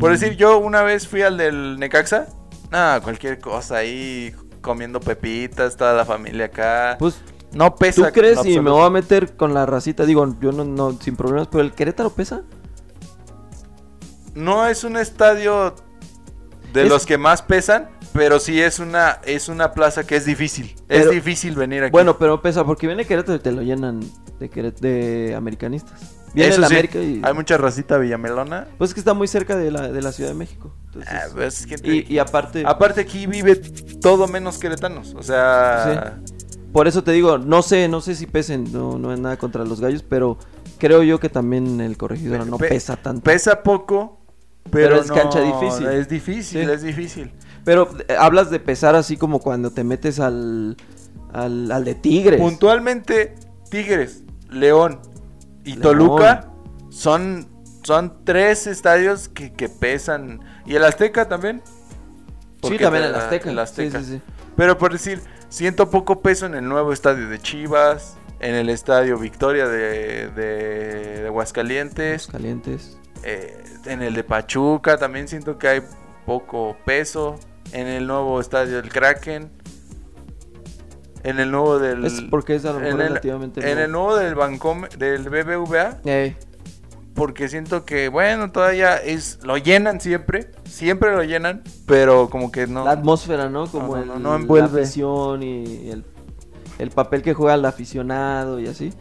Speaker 1: Por decir, yo una vez fui al del Necaxa. Nada, cualquier cosa ahí, comiendo pepitas, toda la familia acá.
Speaker 2: Pues,
Speaker 1: no
Speaker 2: ¿tú
Speaker 1: pesa. en
Speaker 2: crees? Y me
Speaker 1: absoluto.
Speaker 2: voy a meter con la racita. Digo, yo no, no, sin problemas, pero el Querétaro pesa.
Speaker 1: No es un estadio de
Speaker 2: Es-
Speaker 1: los que más pesan, pero sí es una, es una plaza que es difícil. es
Speaker 2: Pero-
Speaker 1: difícil venir aquí.
Speaker 2: Bueno, pero pesa porque viene Querétaro y te lo llenan de, Queret- de americanistas. Viene
Speaker 1: Eso
Speaker 2: el
Speaker 1: sí,
Speaker 2: América y...
Speaker 1: Hay mucha racita villamelona.
Speaker 2: Pues es que está muy cerca de la, de la Ciudad de México. Entonces,
Speaker 1: Ah, pues, ¿qué te
Speaker 2: y,
Speaker 1: dije?
Speaker 2: y aparte...
Speaker 1: Aparte aquí vive todo menos queretanos. O sea,
Speaker 2: Por eso te digo, no sé, no sé si pesen, no, no es nada contra los gallos, pero creo yo que también el corregidor no
Speaker 1: Pe-
Speaker 2: pesa tanto.
Speaker 1: pesa poco, pero,
Speaker 2: Pero es
Speaker 1: no-
Speaker 2: cancha difícil.
Speaker 1: Es difícil,
Speaker 2: Sí.
Speaker 1: es difícil.
Speaker 2: pero eh, hablas de pesar así como cuando te metes al, al, al de Tigres.
Speaker 1: Puntualmente, Tigres, León y
Speaker 2: León.
Speaker 1: Toluca son, son tres estadios que, que pesan. Y el Azteca también.
Speaker 2: Sí,
Speaker 1: Porque
Speaker 2: también
Speaker 1: te-
Speaker 2: el Azteca.
Speaker 1: el Azteca.
Speaker 2: Sí, sí, sí.
Speaker 1: Pero por decir, siento poco peso en el nuevo estadio de Chivas, en el estadio Victoria de, de- de
Speaker 2: Los
Speaker 1: Aguascalientes,
Speaker 2: calientes.
Speaker 1: eh, en el de Pachuca también siento que hay poco peso, en el nuevo estadio del Kraken, en el nuevo del...
Speaker 2: Es porque es a lo
Speaker 1: en
Speaker 2: mejor
Speaker 1: el-
Speaker 2: relativamente
Speaker 1: en
Speaker 2: nuevo.
Speaker 1: el nuevo del Bancom, del BBVA,
Speaker 2: Ey,
Speaker 1: porque siento que, bueno, todavía es lo llenan siempre, siempre lo llenan, pero como que no...
Speaker 2: La atmósfera, ¿no? Como
Speaker 1: No, no, no,
Speaker 2: el-
Speaker 1: no envuelve.
Speaker 2: la afición y el, el papel que juega el aficionado y así.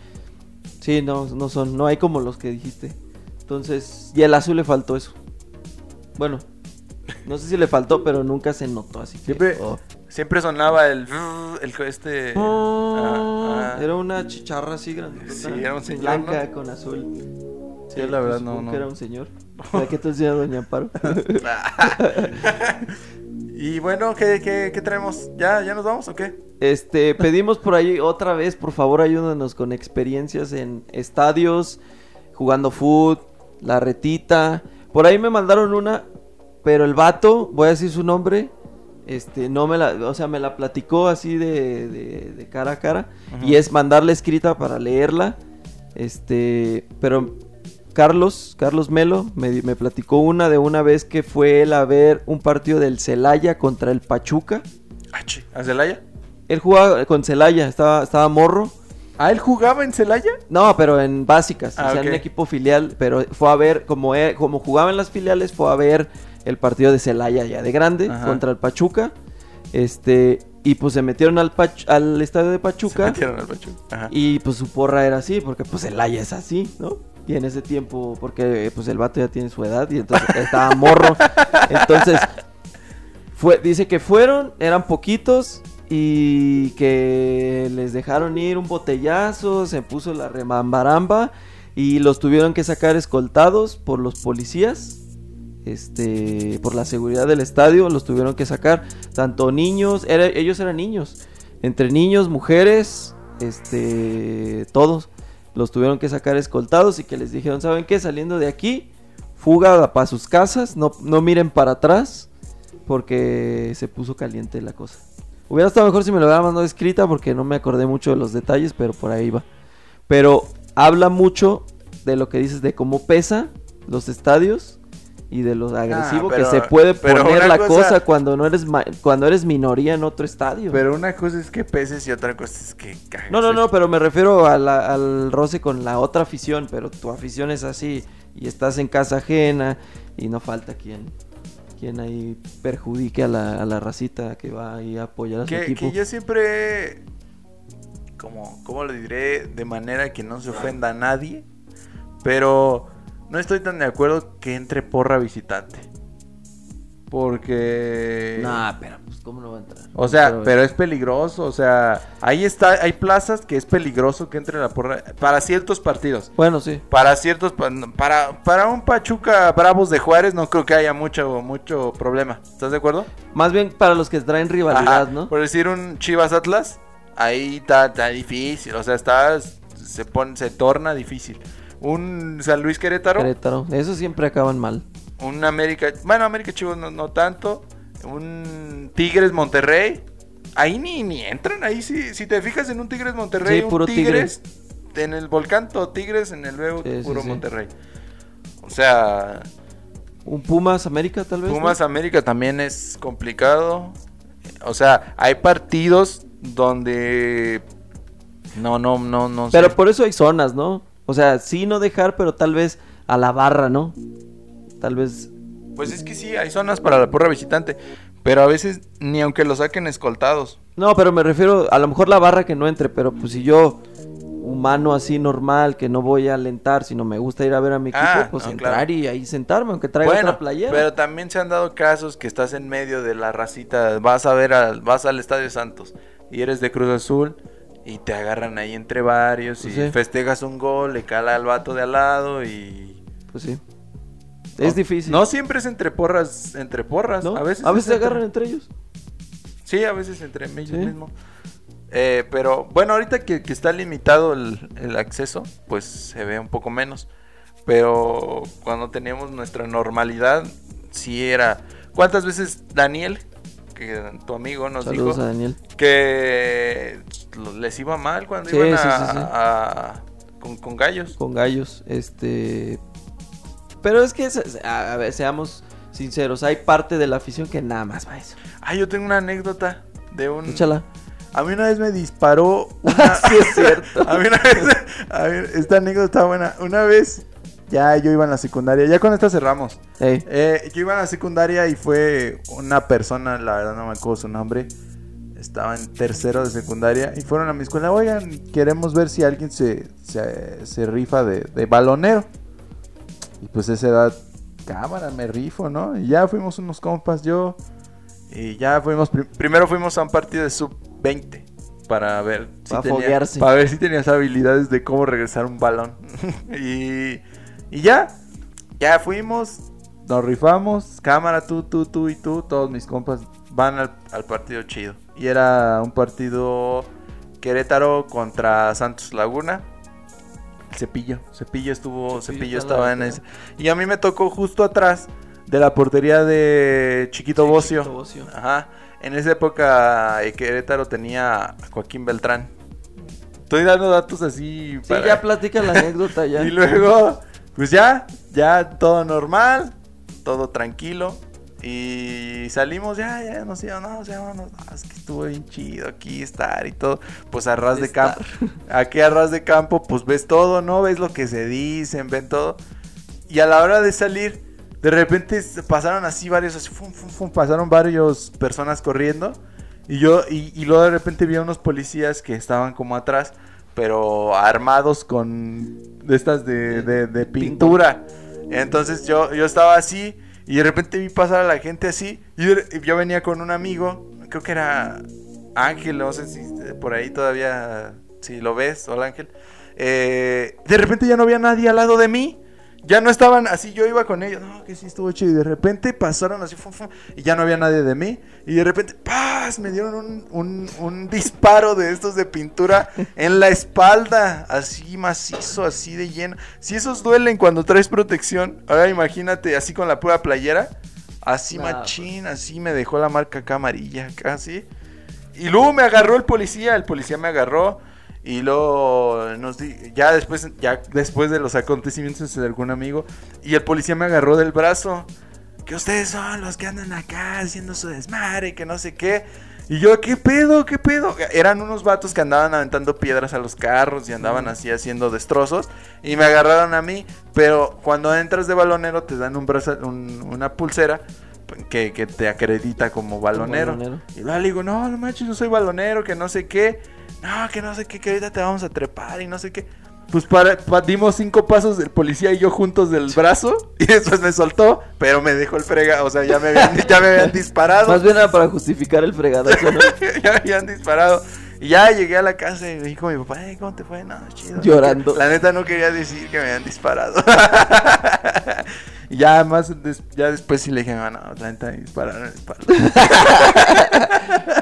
Speaker 2: Sí, no, no son, no hay como los que dijiste. Entonces, y el azul le faltó eso. Bueno, no sé si le faltó, pero nunca se notó así. que-
Speaker 1: Siempre-
Speaker 2: oh.
Speaker 1: Siempre sonaba el. el este. ah, ah.
Speaker 2: Oh, Era una chicharra así grande.
Speaker 1: Sí, era un señor,
Speaker 2: Blanca
Speaker 1: ¿no?
Speaker 2: con azul. pues,
Speaker 1: Sí, la verdad, no,
Speaker 2: supongo
Speaker 1: no.
Speaker 2: que era un señor. ¿De qué te decía Doña Amparo?
Speaker 1: Y bueno, ¿qué, qué, qué traemos? ¿Ya, ¿Ya nos vamos o qué?
Speaker 2: Este, pedimos por ahí otra vez, por favor, ayúdanos con experiencias en estadios, jugando foot, la retita. Por ahí me mandaron una, pero el vato, voy a decir su nombre, este, no me la, o sea, me la platicó así de, de- de cara a cara. Y es mandarle escrita para leerla. Este, pero Carlos, Carlos Melo, me, di- me platicó una de una vez que fue él a ver un partido del Celaya contra el Pachuca.
Speaker 1: Ah, chi, ¿A Celaya?
Speaker 2: Él jugaba con Celaya, estaba, estaba morro.
Speaker 1: ¿Ah, él jugaba en Celaya?
Speaker 2: No, pero en básicas,
Speaker 1: Ah,
Speaker 2: o sea, en
Speaker 1: ok.
Speaker 2: un equipo filial, pero fue a ver, como, e- como jugaba en las filiales, fue a ver el partido de Celaya ya de grande
Speaker 1: Ajá.
Speaker 2: contra el Pachuca. Este, y pues se metieron al, Pach- al estadio de
Speaker 1: Se
Speaker 2: Pachuca
Speaker 1: metieron al Pachuca. Ajá.
Speaker 2: y pues su porra era así, porque pues Celaya es así, ¿no? Y en ese tiempo, porque pues el vato ya tiene su edad y entonces estaba morro. Entonces, fue, dice que fueron, eran poquitos y que les dejaron ir un botellazo, se puso la remambaramba y los tuvieron que sacar escoltados por los policías. Este, por la seguridad del estadio, los tuvieron que sacar tanto niños, era- ellos eran niños, entre niños, mujeres, este, todos los tuvieron que sacar escoltados y que les dijeron, ¿saben qué? Saliendo de aquí, fuga para sus casas, no, no miren para atrás, porque se puso caliente la cosa. Hubiera estado mejor si me lo hubiera mandado escrita porque no me acordé mucho de los detalles, pero por ahí va. Pero habla mucho de lo que dices, de cómo pesa los estadios y de lo agresivo
Speaker 1: Ah, pero-
Speaker 2: que se puede
Speaker 1: pero
Speaker 2: poner
Speaker 1: una
Speaker 2: la
Speaker 1: cosa-
Speaker 2: cosa cuando no eres ma- cuando eres minoría en otro estadio.
Speaker 1: Pero una cosa es que peses y otra cosa es que cagues.
Speaker 2: No, no, no, pero me refiero a la- al roce con la otra afición, pero tu afición es así y estás en casa ajena y no falta quien, quien ahí perjudique a la, a la racita que va ahí a apoyar a su
Speaker 1: Que,
Speaker 2: equipo.
Speaker 1: que yo siempre, como, ¿cómo lo diré? De manera que no se ofenda a nadie. Pero no estoy tan de acuerdo que entre porra visitante. Porque...
Speaker 2: Nah, pero pues cómo no va a entrar.
Speaker 1: O sea, pero es peligroso, o sea, ahí está, hay plazas que es peligroso que entre la porra para ciertos partidos.
Speaker 2: Bueno, sí.
Speaker 1: Para ciertos pa- para para un Pachuca Bravos de Juárez no creo que haya mucho mucho problema. ¿Estás de acuerdo?
Speaker 2: Más bien para los que traen rivalidad,
Speaker 1: Ajá,
Speaker 2: ¿no?
Speaker 1: Por decir un Chivas Atlas, ahí está, está difícil, o sea, está se pone se torna difícil. Un San Luis Querétaro,
Speaker 2: Querétaro. Esos siempre acaban mal.
Speaker 1: un América, bueno, América Chivas no, no tanto, un Tigres Monterrey, ahí ni, ni entran, ahí sí, si te fijas en un Tigres Monterrey,
Speaker 2: Sí,
Speaker 1: un
Speaker 2: puro
Speaker 1: Tigres en el Volcán o Tigres en el Bebo,
Speaker 2: Sí, sí,
Speaker 1: puro
Speaker 2: sí.
Speaker 1: Monterrey. O sea,
Speaker 2: Un Pumas América tal vez. ¿no?
Speaker 1: Pumas América también es complicado. O sea, hay partidos donde no, no, no, no.
Speaker 2: Pero
Speaker 1: sé.
Speaker 2: por eso hay zonas, ¿no? O sea, sí no dejar, pero tal vez a la barra, ¿no? Tal vez
Speaker 1: Pues es que sí, hay zonas para la porra visitante. Pero a veces ni aunque lo saquen escoltados.
Speaker 2: No, pero me refiero, a lo mejor la barra que no entre, pero pues si yo, humano así normal, que no voy a alentar, sino me gusta ir a ver a mi equipo,
Speaker 1: Ah,
Speaker 2: pues
Speaker 1: no,
Speaker 2: entrar
Speaker 1: claro.
Speaker 2: y ahí sentarme, aunque traiga
Speaker 1: bueno,
Speaker 2: otra playera.
Speaker 1: pero también se han dado casos que estás en medio de la racita. Vas a ver al, vas al Estadio Santos y eres de Cruz Azul. Y te agarran ahí entre varios y
Speaker 2: Sí.
Speaker 1: festejas un gol, le cala al vato de al lado y
Speaker 2: Pues sí. Es
Speaker 1: No,
Speaker 2: difícil.
Speaker 1: Oh, No siempre es entre porras, entre porras.
Speaker 2: ¿no?
Speaker 1: A veces,
Speaker 2: a
Speaker 1: es
Speaker 2: veces se
Speaker 1: entre-
Speaker 2: agarran entre ellos.
Speaker 1: Sí, a veces entre ellos
Speaker 2: Sí.
Speaker 1: mismos. Eh, pero bueno, ahorita que, que está limitado el, el acceso, pues se ve un poco menos. Pero cuando teníamos nuestra normalidad, sí era. ¿Cuántas veces Daniel, que tu amigo, nos
Speaker 2: Saludos
Speaker 1: dijo
Speaker 2: a Daniel.
Speaker 1: que lo- les iba mal cuando
Speaker 2: Sí,
Speaker 1: iban a,
Speaker 2: sí, sí, sí.
Speaker 1: a- con, con gallos?
Speaker 2: Con gallos, este... Pero es que, se- se- a a ver, seamos sinceros, hay parte de la afición que nada más va a eso.
Speaker 1: Ah, yo tengo una anécdota de un.
Speaker 2: Échala.
Speaker 1: A mí una vez me disparó una...
Speaker 2: Ah, Sí, es cierto.
Speaker 1: A mí una vez...
Speaker 4: A ver, esta anécdota está buena. Una vez, ya yo iba en la secundaria, ya con esta cerramos.
Speaker 2: Ey,
Speaker 4: Eh, yo iba a la secundaria y fue una persona, la verdad no me acuerdo su nombre. Estaba en tercero de secundaria y fueron a mi escuela. Oigan, queremos ver si alguien se, se, se rifa de, de balonero. Y pues a esa edad, cámara, me rifo, ¿no? Y ya fuimos unos compas, yo. Y ya fuimos. prim-
Speaker 1: Primero fuimos a un partido de sub-20 para ver si
Speaker 2: Va a
Speaker 1: tenía-
Speaker 2: foguearse.
Speaker 4: Para ver si tenías habilidades de cómo regresar un balón.
Speaker 1: y... y ya, ya fuimos,
Speaker 4: Nos rifamos,
Speaker 1: cámara tú, tú, tú y tú,
Speaker 4: todos mis compas.
Speaker 1: van al, al partido chido.
Speaker 4: Y era un partido.
Speaker 1: Querétaro contra Santos Laguna. Cepillo, Cepillo estuvo, Cepillo,
Speaker 2: Cepillo está
Speaker 1: estaba
Speaker 2: en
Speaker 1: en
Speaker 2: la
Speaker 1: ese. Y a mí me tocó justo atrás de la portería de Chiquito Bocio.
Speaker 2: Chiquito Bocio.
Speaker 1: Ajá. En esa época eh, Querétaro tenía a Joaquín Beltrán. Estoy dando datos así.
Speaker 2: Sí,
Speaker 1: para-
Speaker 2: ya platica la anécdota ya.
Speaker 1: Y luego, pues ya, ya todo normal, todo tranquilo. Y salimos, ya, ya nos íbamos, no, ya vámonos. No, es que estuvo bien chido aquí estar y todo. Pues a ras de
Speaker 2: Estar.
Speaker 1: campo. Aquí a ras de campo, pues ves todo, ¿no? Ves lo que se dicen, ven todo. Y a la hora de salir, de repente s- pasaron así varios, así, fum, fum, fum, pasaron varios personas corriendo. Y yo, y, y luego de repente vi a unos policías que estaban como atrás, pero armados con de estas de, de- de pintura. Entonces yo, yo estaba así y de repente vi pasar a la gente así. Y de- y yo venía con un amigo, creo que era Ángel, no sé si eh, por ahí todavía, si lo ves, hola Ángel. Eh, de repente ya no había nadie al lado de mí. Ya no estaban así, yo iba con ellos. No, que sí estuvo chido. Y de repente pasaron así, fum, fum, y ya no había nadie de mí. Y de repente, ¡paz! Me dieron un, un- un disparo de estos de pintura en la espalda. Así macizo, así de lleno. Si esos duelen cuando traes protección, ahora imagínate así con la pura playera. Así
Speaker 2: No,
Speaker 1: machín, así me dejó la marca acá amarilla, casi. Y luego me agarró el policía, el policía me agarró. Y luego nos di- ya después, ya después de los acontecimientos de algún amigo, y el policía me agarró del brazo. Que ustedes son los que andan acá haciendo su desmadre, que no sé qué. Y yo, ¿qué pedo? ¿Qué pedo? Eran unos vatos que andaban aventando piedras a los carros y andaban así haciendo destrozos. Y me agarraron a mí. Pero cuando entras de balonero te dan un brazo, un- una pulsera que, que te acredita como balonero.
Speaker 2: balonero.
Speaker 1: Y luego le digo, no, no manches, yo soy balonero, que no sé qué. No, que no sé qué, que ahorita te vamos a trepar y no sé qué. Pues para, pa- dimos cinco pasos del policía y yo juntos del brazo y después me soltó, pero me dejó el frega, o sea, ya me habían, ya me habían disparado
Speaker 2: Más bien era para justificar el fregadazo, ¿no?
Speaker 1: ya me habían disparado. Y ya llegué a la casa y me dijo mi papá, "Ey, ¿cómo te fue? No, chido.
Speaker 2: Llorando.
Speaker 1: La neta no quería decir que me habían disparado. y ya más, des- ya después sí le dije, no, no, la neta me dispararon, me dispararon.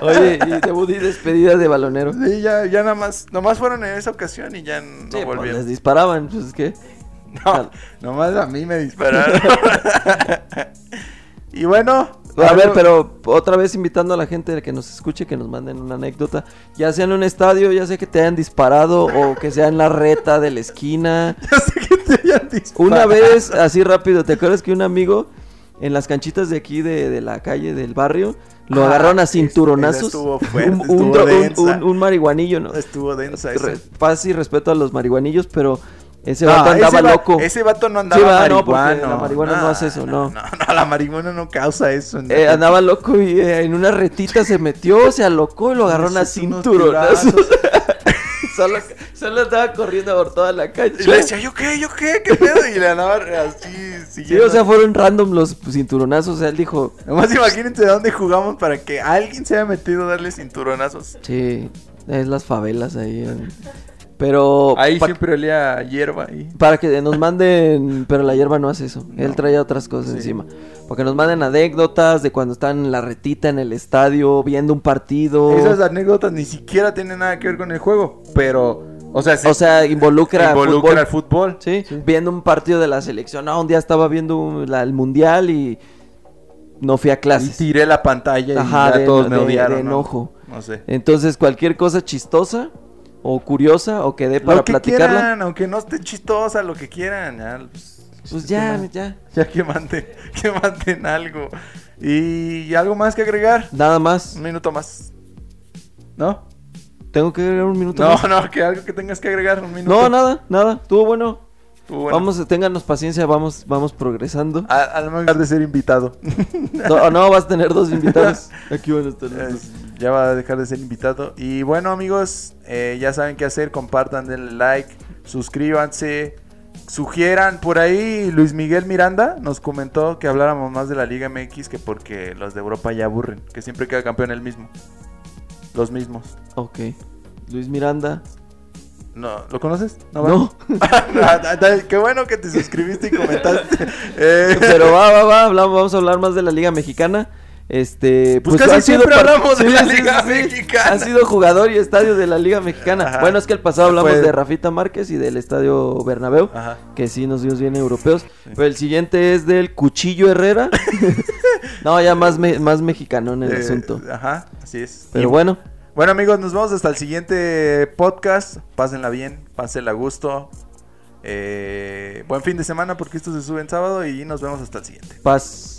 Speaker 2: Oye, y debut y despedida de balonero. Sí,
Speaker 1: Sí, ya, ya nada más, nomás fueron en esa ocasión y ya no
Speaker 2: pues,
Speaker 1: volvieron.
Speaker 2: les disparaban, pues que.
Speaker 1: No, nomás a mí me dispararon. y bueno.
Speaker 2: A ver,
Speaker 1: algo-
Speaker 2: pero otra vez invitando a la gente a que nos escuche, que nos manden una anécdota, ya sea en un estadio, ya sea que te hayan disparado o que sea en la reta de la esquina.
Speaker 1: Ya sé que te habían disparado.
Speaker 2: Una vez, así rápido, ¿te acuerdas que un amigo en las canchitas de aquí de, de la calle del barrio lo
Speaker 1: Ah,
Speaker 2: agarraron a
Speaker 1: es- esa
Speaker 2: cinturonazos?
Speaker 1: estuvo fuerte,
Speaker 2: un, un
Speaker 1: estuvo
Speaker 2: dro- un-
Speaker 1: densa.
Speaker 2: un- un marihuanillo, ¿no?
Speaker 1: Estuvo densa esa.
Speaker 2: Re- Paz y respeto a los marihuanillos, pero ese
Speaker 1: No,
Speaker 2: vato andaba
Speaker 1: va-
Speaker 2: loco.
Speaker 1: Ese vato no andaba
Speaker 2: Sí, va, no, porque
Speaker 1: marihuana.
Speaker 2: la marihuana no hace eso, no.
Speaker 1: No, no, la marihuana no causa eso. no.
Speaker 2: Eh, andaba loco y eh, en una retita se metió, se alocó y lo agarró a
Speaker 1: Esos unos
Speaker 2: cinturonazos.
Speaker 1: tirazos.
Speaker 2: solo, solo andaba corriendo por toda la
Speaker 1: Y le
Speaker 2: cancha.
Speaker 1: decía, ¿yo qué? ¿Yo qué? ¿Qué pedo? Y le andaba así
Speaker 2: Sí,
Speaker 1: siguiendo.
Speaker 2: o sea, fueron random los cinturonazos. O sea, él dijo,
Speaker 1: Nomás imagínense de dónde jugamos para que alguien se haya metido a darle cinturonazos.
Speaker 2: sí, es las favelas ahí. en- Pero
Speaker 1: Ahí
Speaker 2: Oh, pa-
Speaker 1: siempre olía a hierba. Ahí.
Speaker 2: para que nos manden, pero la hierba no hace eso. Él
Speaker 1: No.
Speaker 2: traía otras cosas
Speaker 1: Sí.
Speaker 2: encima. Porque nos manden anécdotas de cuando están en la retita, en el estadio, viendo un partido.
Speaker 1: Esas anécdotas ni siquiera tienen nada que ver con el juego. Pero, o sea, se
Speaker 2: O sea, involucra,
Speaker 1: involucra
Speaker 2: fútbol.
Speaker 1: al fútbol.
Speaker 2: ¿sí? Viendo un partido de la selección. No, un día estaba viendo un- la- el mundial y no fui a
Speaker 1: Y
Speaker 2: clases.
Speaker 1: tiré la pantalla
Speaker 2: Ajá,
Speaker 1: y ya
Speaker 2: de-
Speaker 1: todos me
Speaker 2: de- de
Speaker 1: odiaron. ¿no?
Speaker 2: enojo. Eh,
Speaker 1: No sé.
Speaker 2: Entonces, cualquier cosa chistosa o curiosa o que dé para
Speaker 1: lo que
Speaker 2: platicarla,
Speaker 1: quieran, aunque no esté chistosa, lo que quieran. Ya, pues,
Speaker 2: pues ya, ya.
Speaker 1: ya que manden, que manden algo. Y algo más que agregar.
Speaker 2: Nada más.
Speaker 1: Un minuto más. ¿No?
Speaker 2: Tengo que agregar un minuto.
Speaker 1: No,
Speaker 2: más?
Speaker 1: no, que algo que tengas que agregar. Un minuto.
Speaker 2: no, nada, nada. Estuvo bueno.
Speaker 1: Tú, bueno, Ah.
Speaker 2: Vamos, ténganos paciencia, vamos, vamos progresando.
Speaker 1: A, a lo mejor Pues, de ser invitado.
Speaker 2: No, no, vas a tener dos invitados. Aquí van a estar los dos.
Speaker 1: Es- Eh, ya va a dejar de ser invitado. Y bueno, amigos, eh, ya saben qué hacer. Compartan, denle like, suscríbanse. Sugieran por ahí Luis Miguel Miranda nos comentó que habláramos más de la Liga MX que porque los de Europa ya aburren, que siempre queda campeón el mismo. Los mismos.
Speaker 2: Ok. Luis Miranda.
Speaker 1: No, ¿lo conoces? va.
Speaker 2: No,
Speaker 1: Ah, da- qué bueno que te suscribiste y comentaste. Eh,
Speaker 2: pero va, va, va. hablamos- vamos a hablar más de la Liga Mexicana. Este,
Speaker 1: Pues casi
Speaker 2: han sido
Speaker 1: siempre
Speaker 2: par-
Speaker 1: hablamos de la Liga Mexicana.
Speaker 2: Ha sido jugador y estadio de la Liga Mexicana.
Speaker 1: Ajá.
Speaker 2: Bueno, es que el pasado hablamos
Speaker 1: Pues- Ah.
Speaker 2: de Rafita Márquez y del estadio Bernabéu.
Speaker 1: Ajá.
Speaker 2: Que sí nos vimos bien europeos. Pero el siguiente es del Cuchillo Herrera. no, ya más, me- más mexicano en el
Speaker 1: Eh,
Speaker 2: asunto.
Speaker 1: Ajá, así es.
Speaker 2: Pero
Speaker 1: Y-
Speaker 2: bueno,
Speaker 1: Bueno amigos, nos vemos hasta el siguiente podcast. Pásenla bien, pásenla a gusto. Eh, buen fin de semana porque esto se sube en sábado y nos vemos hasta el siguiente.
Speaker 2: paz.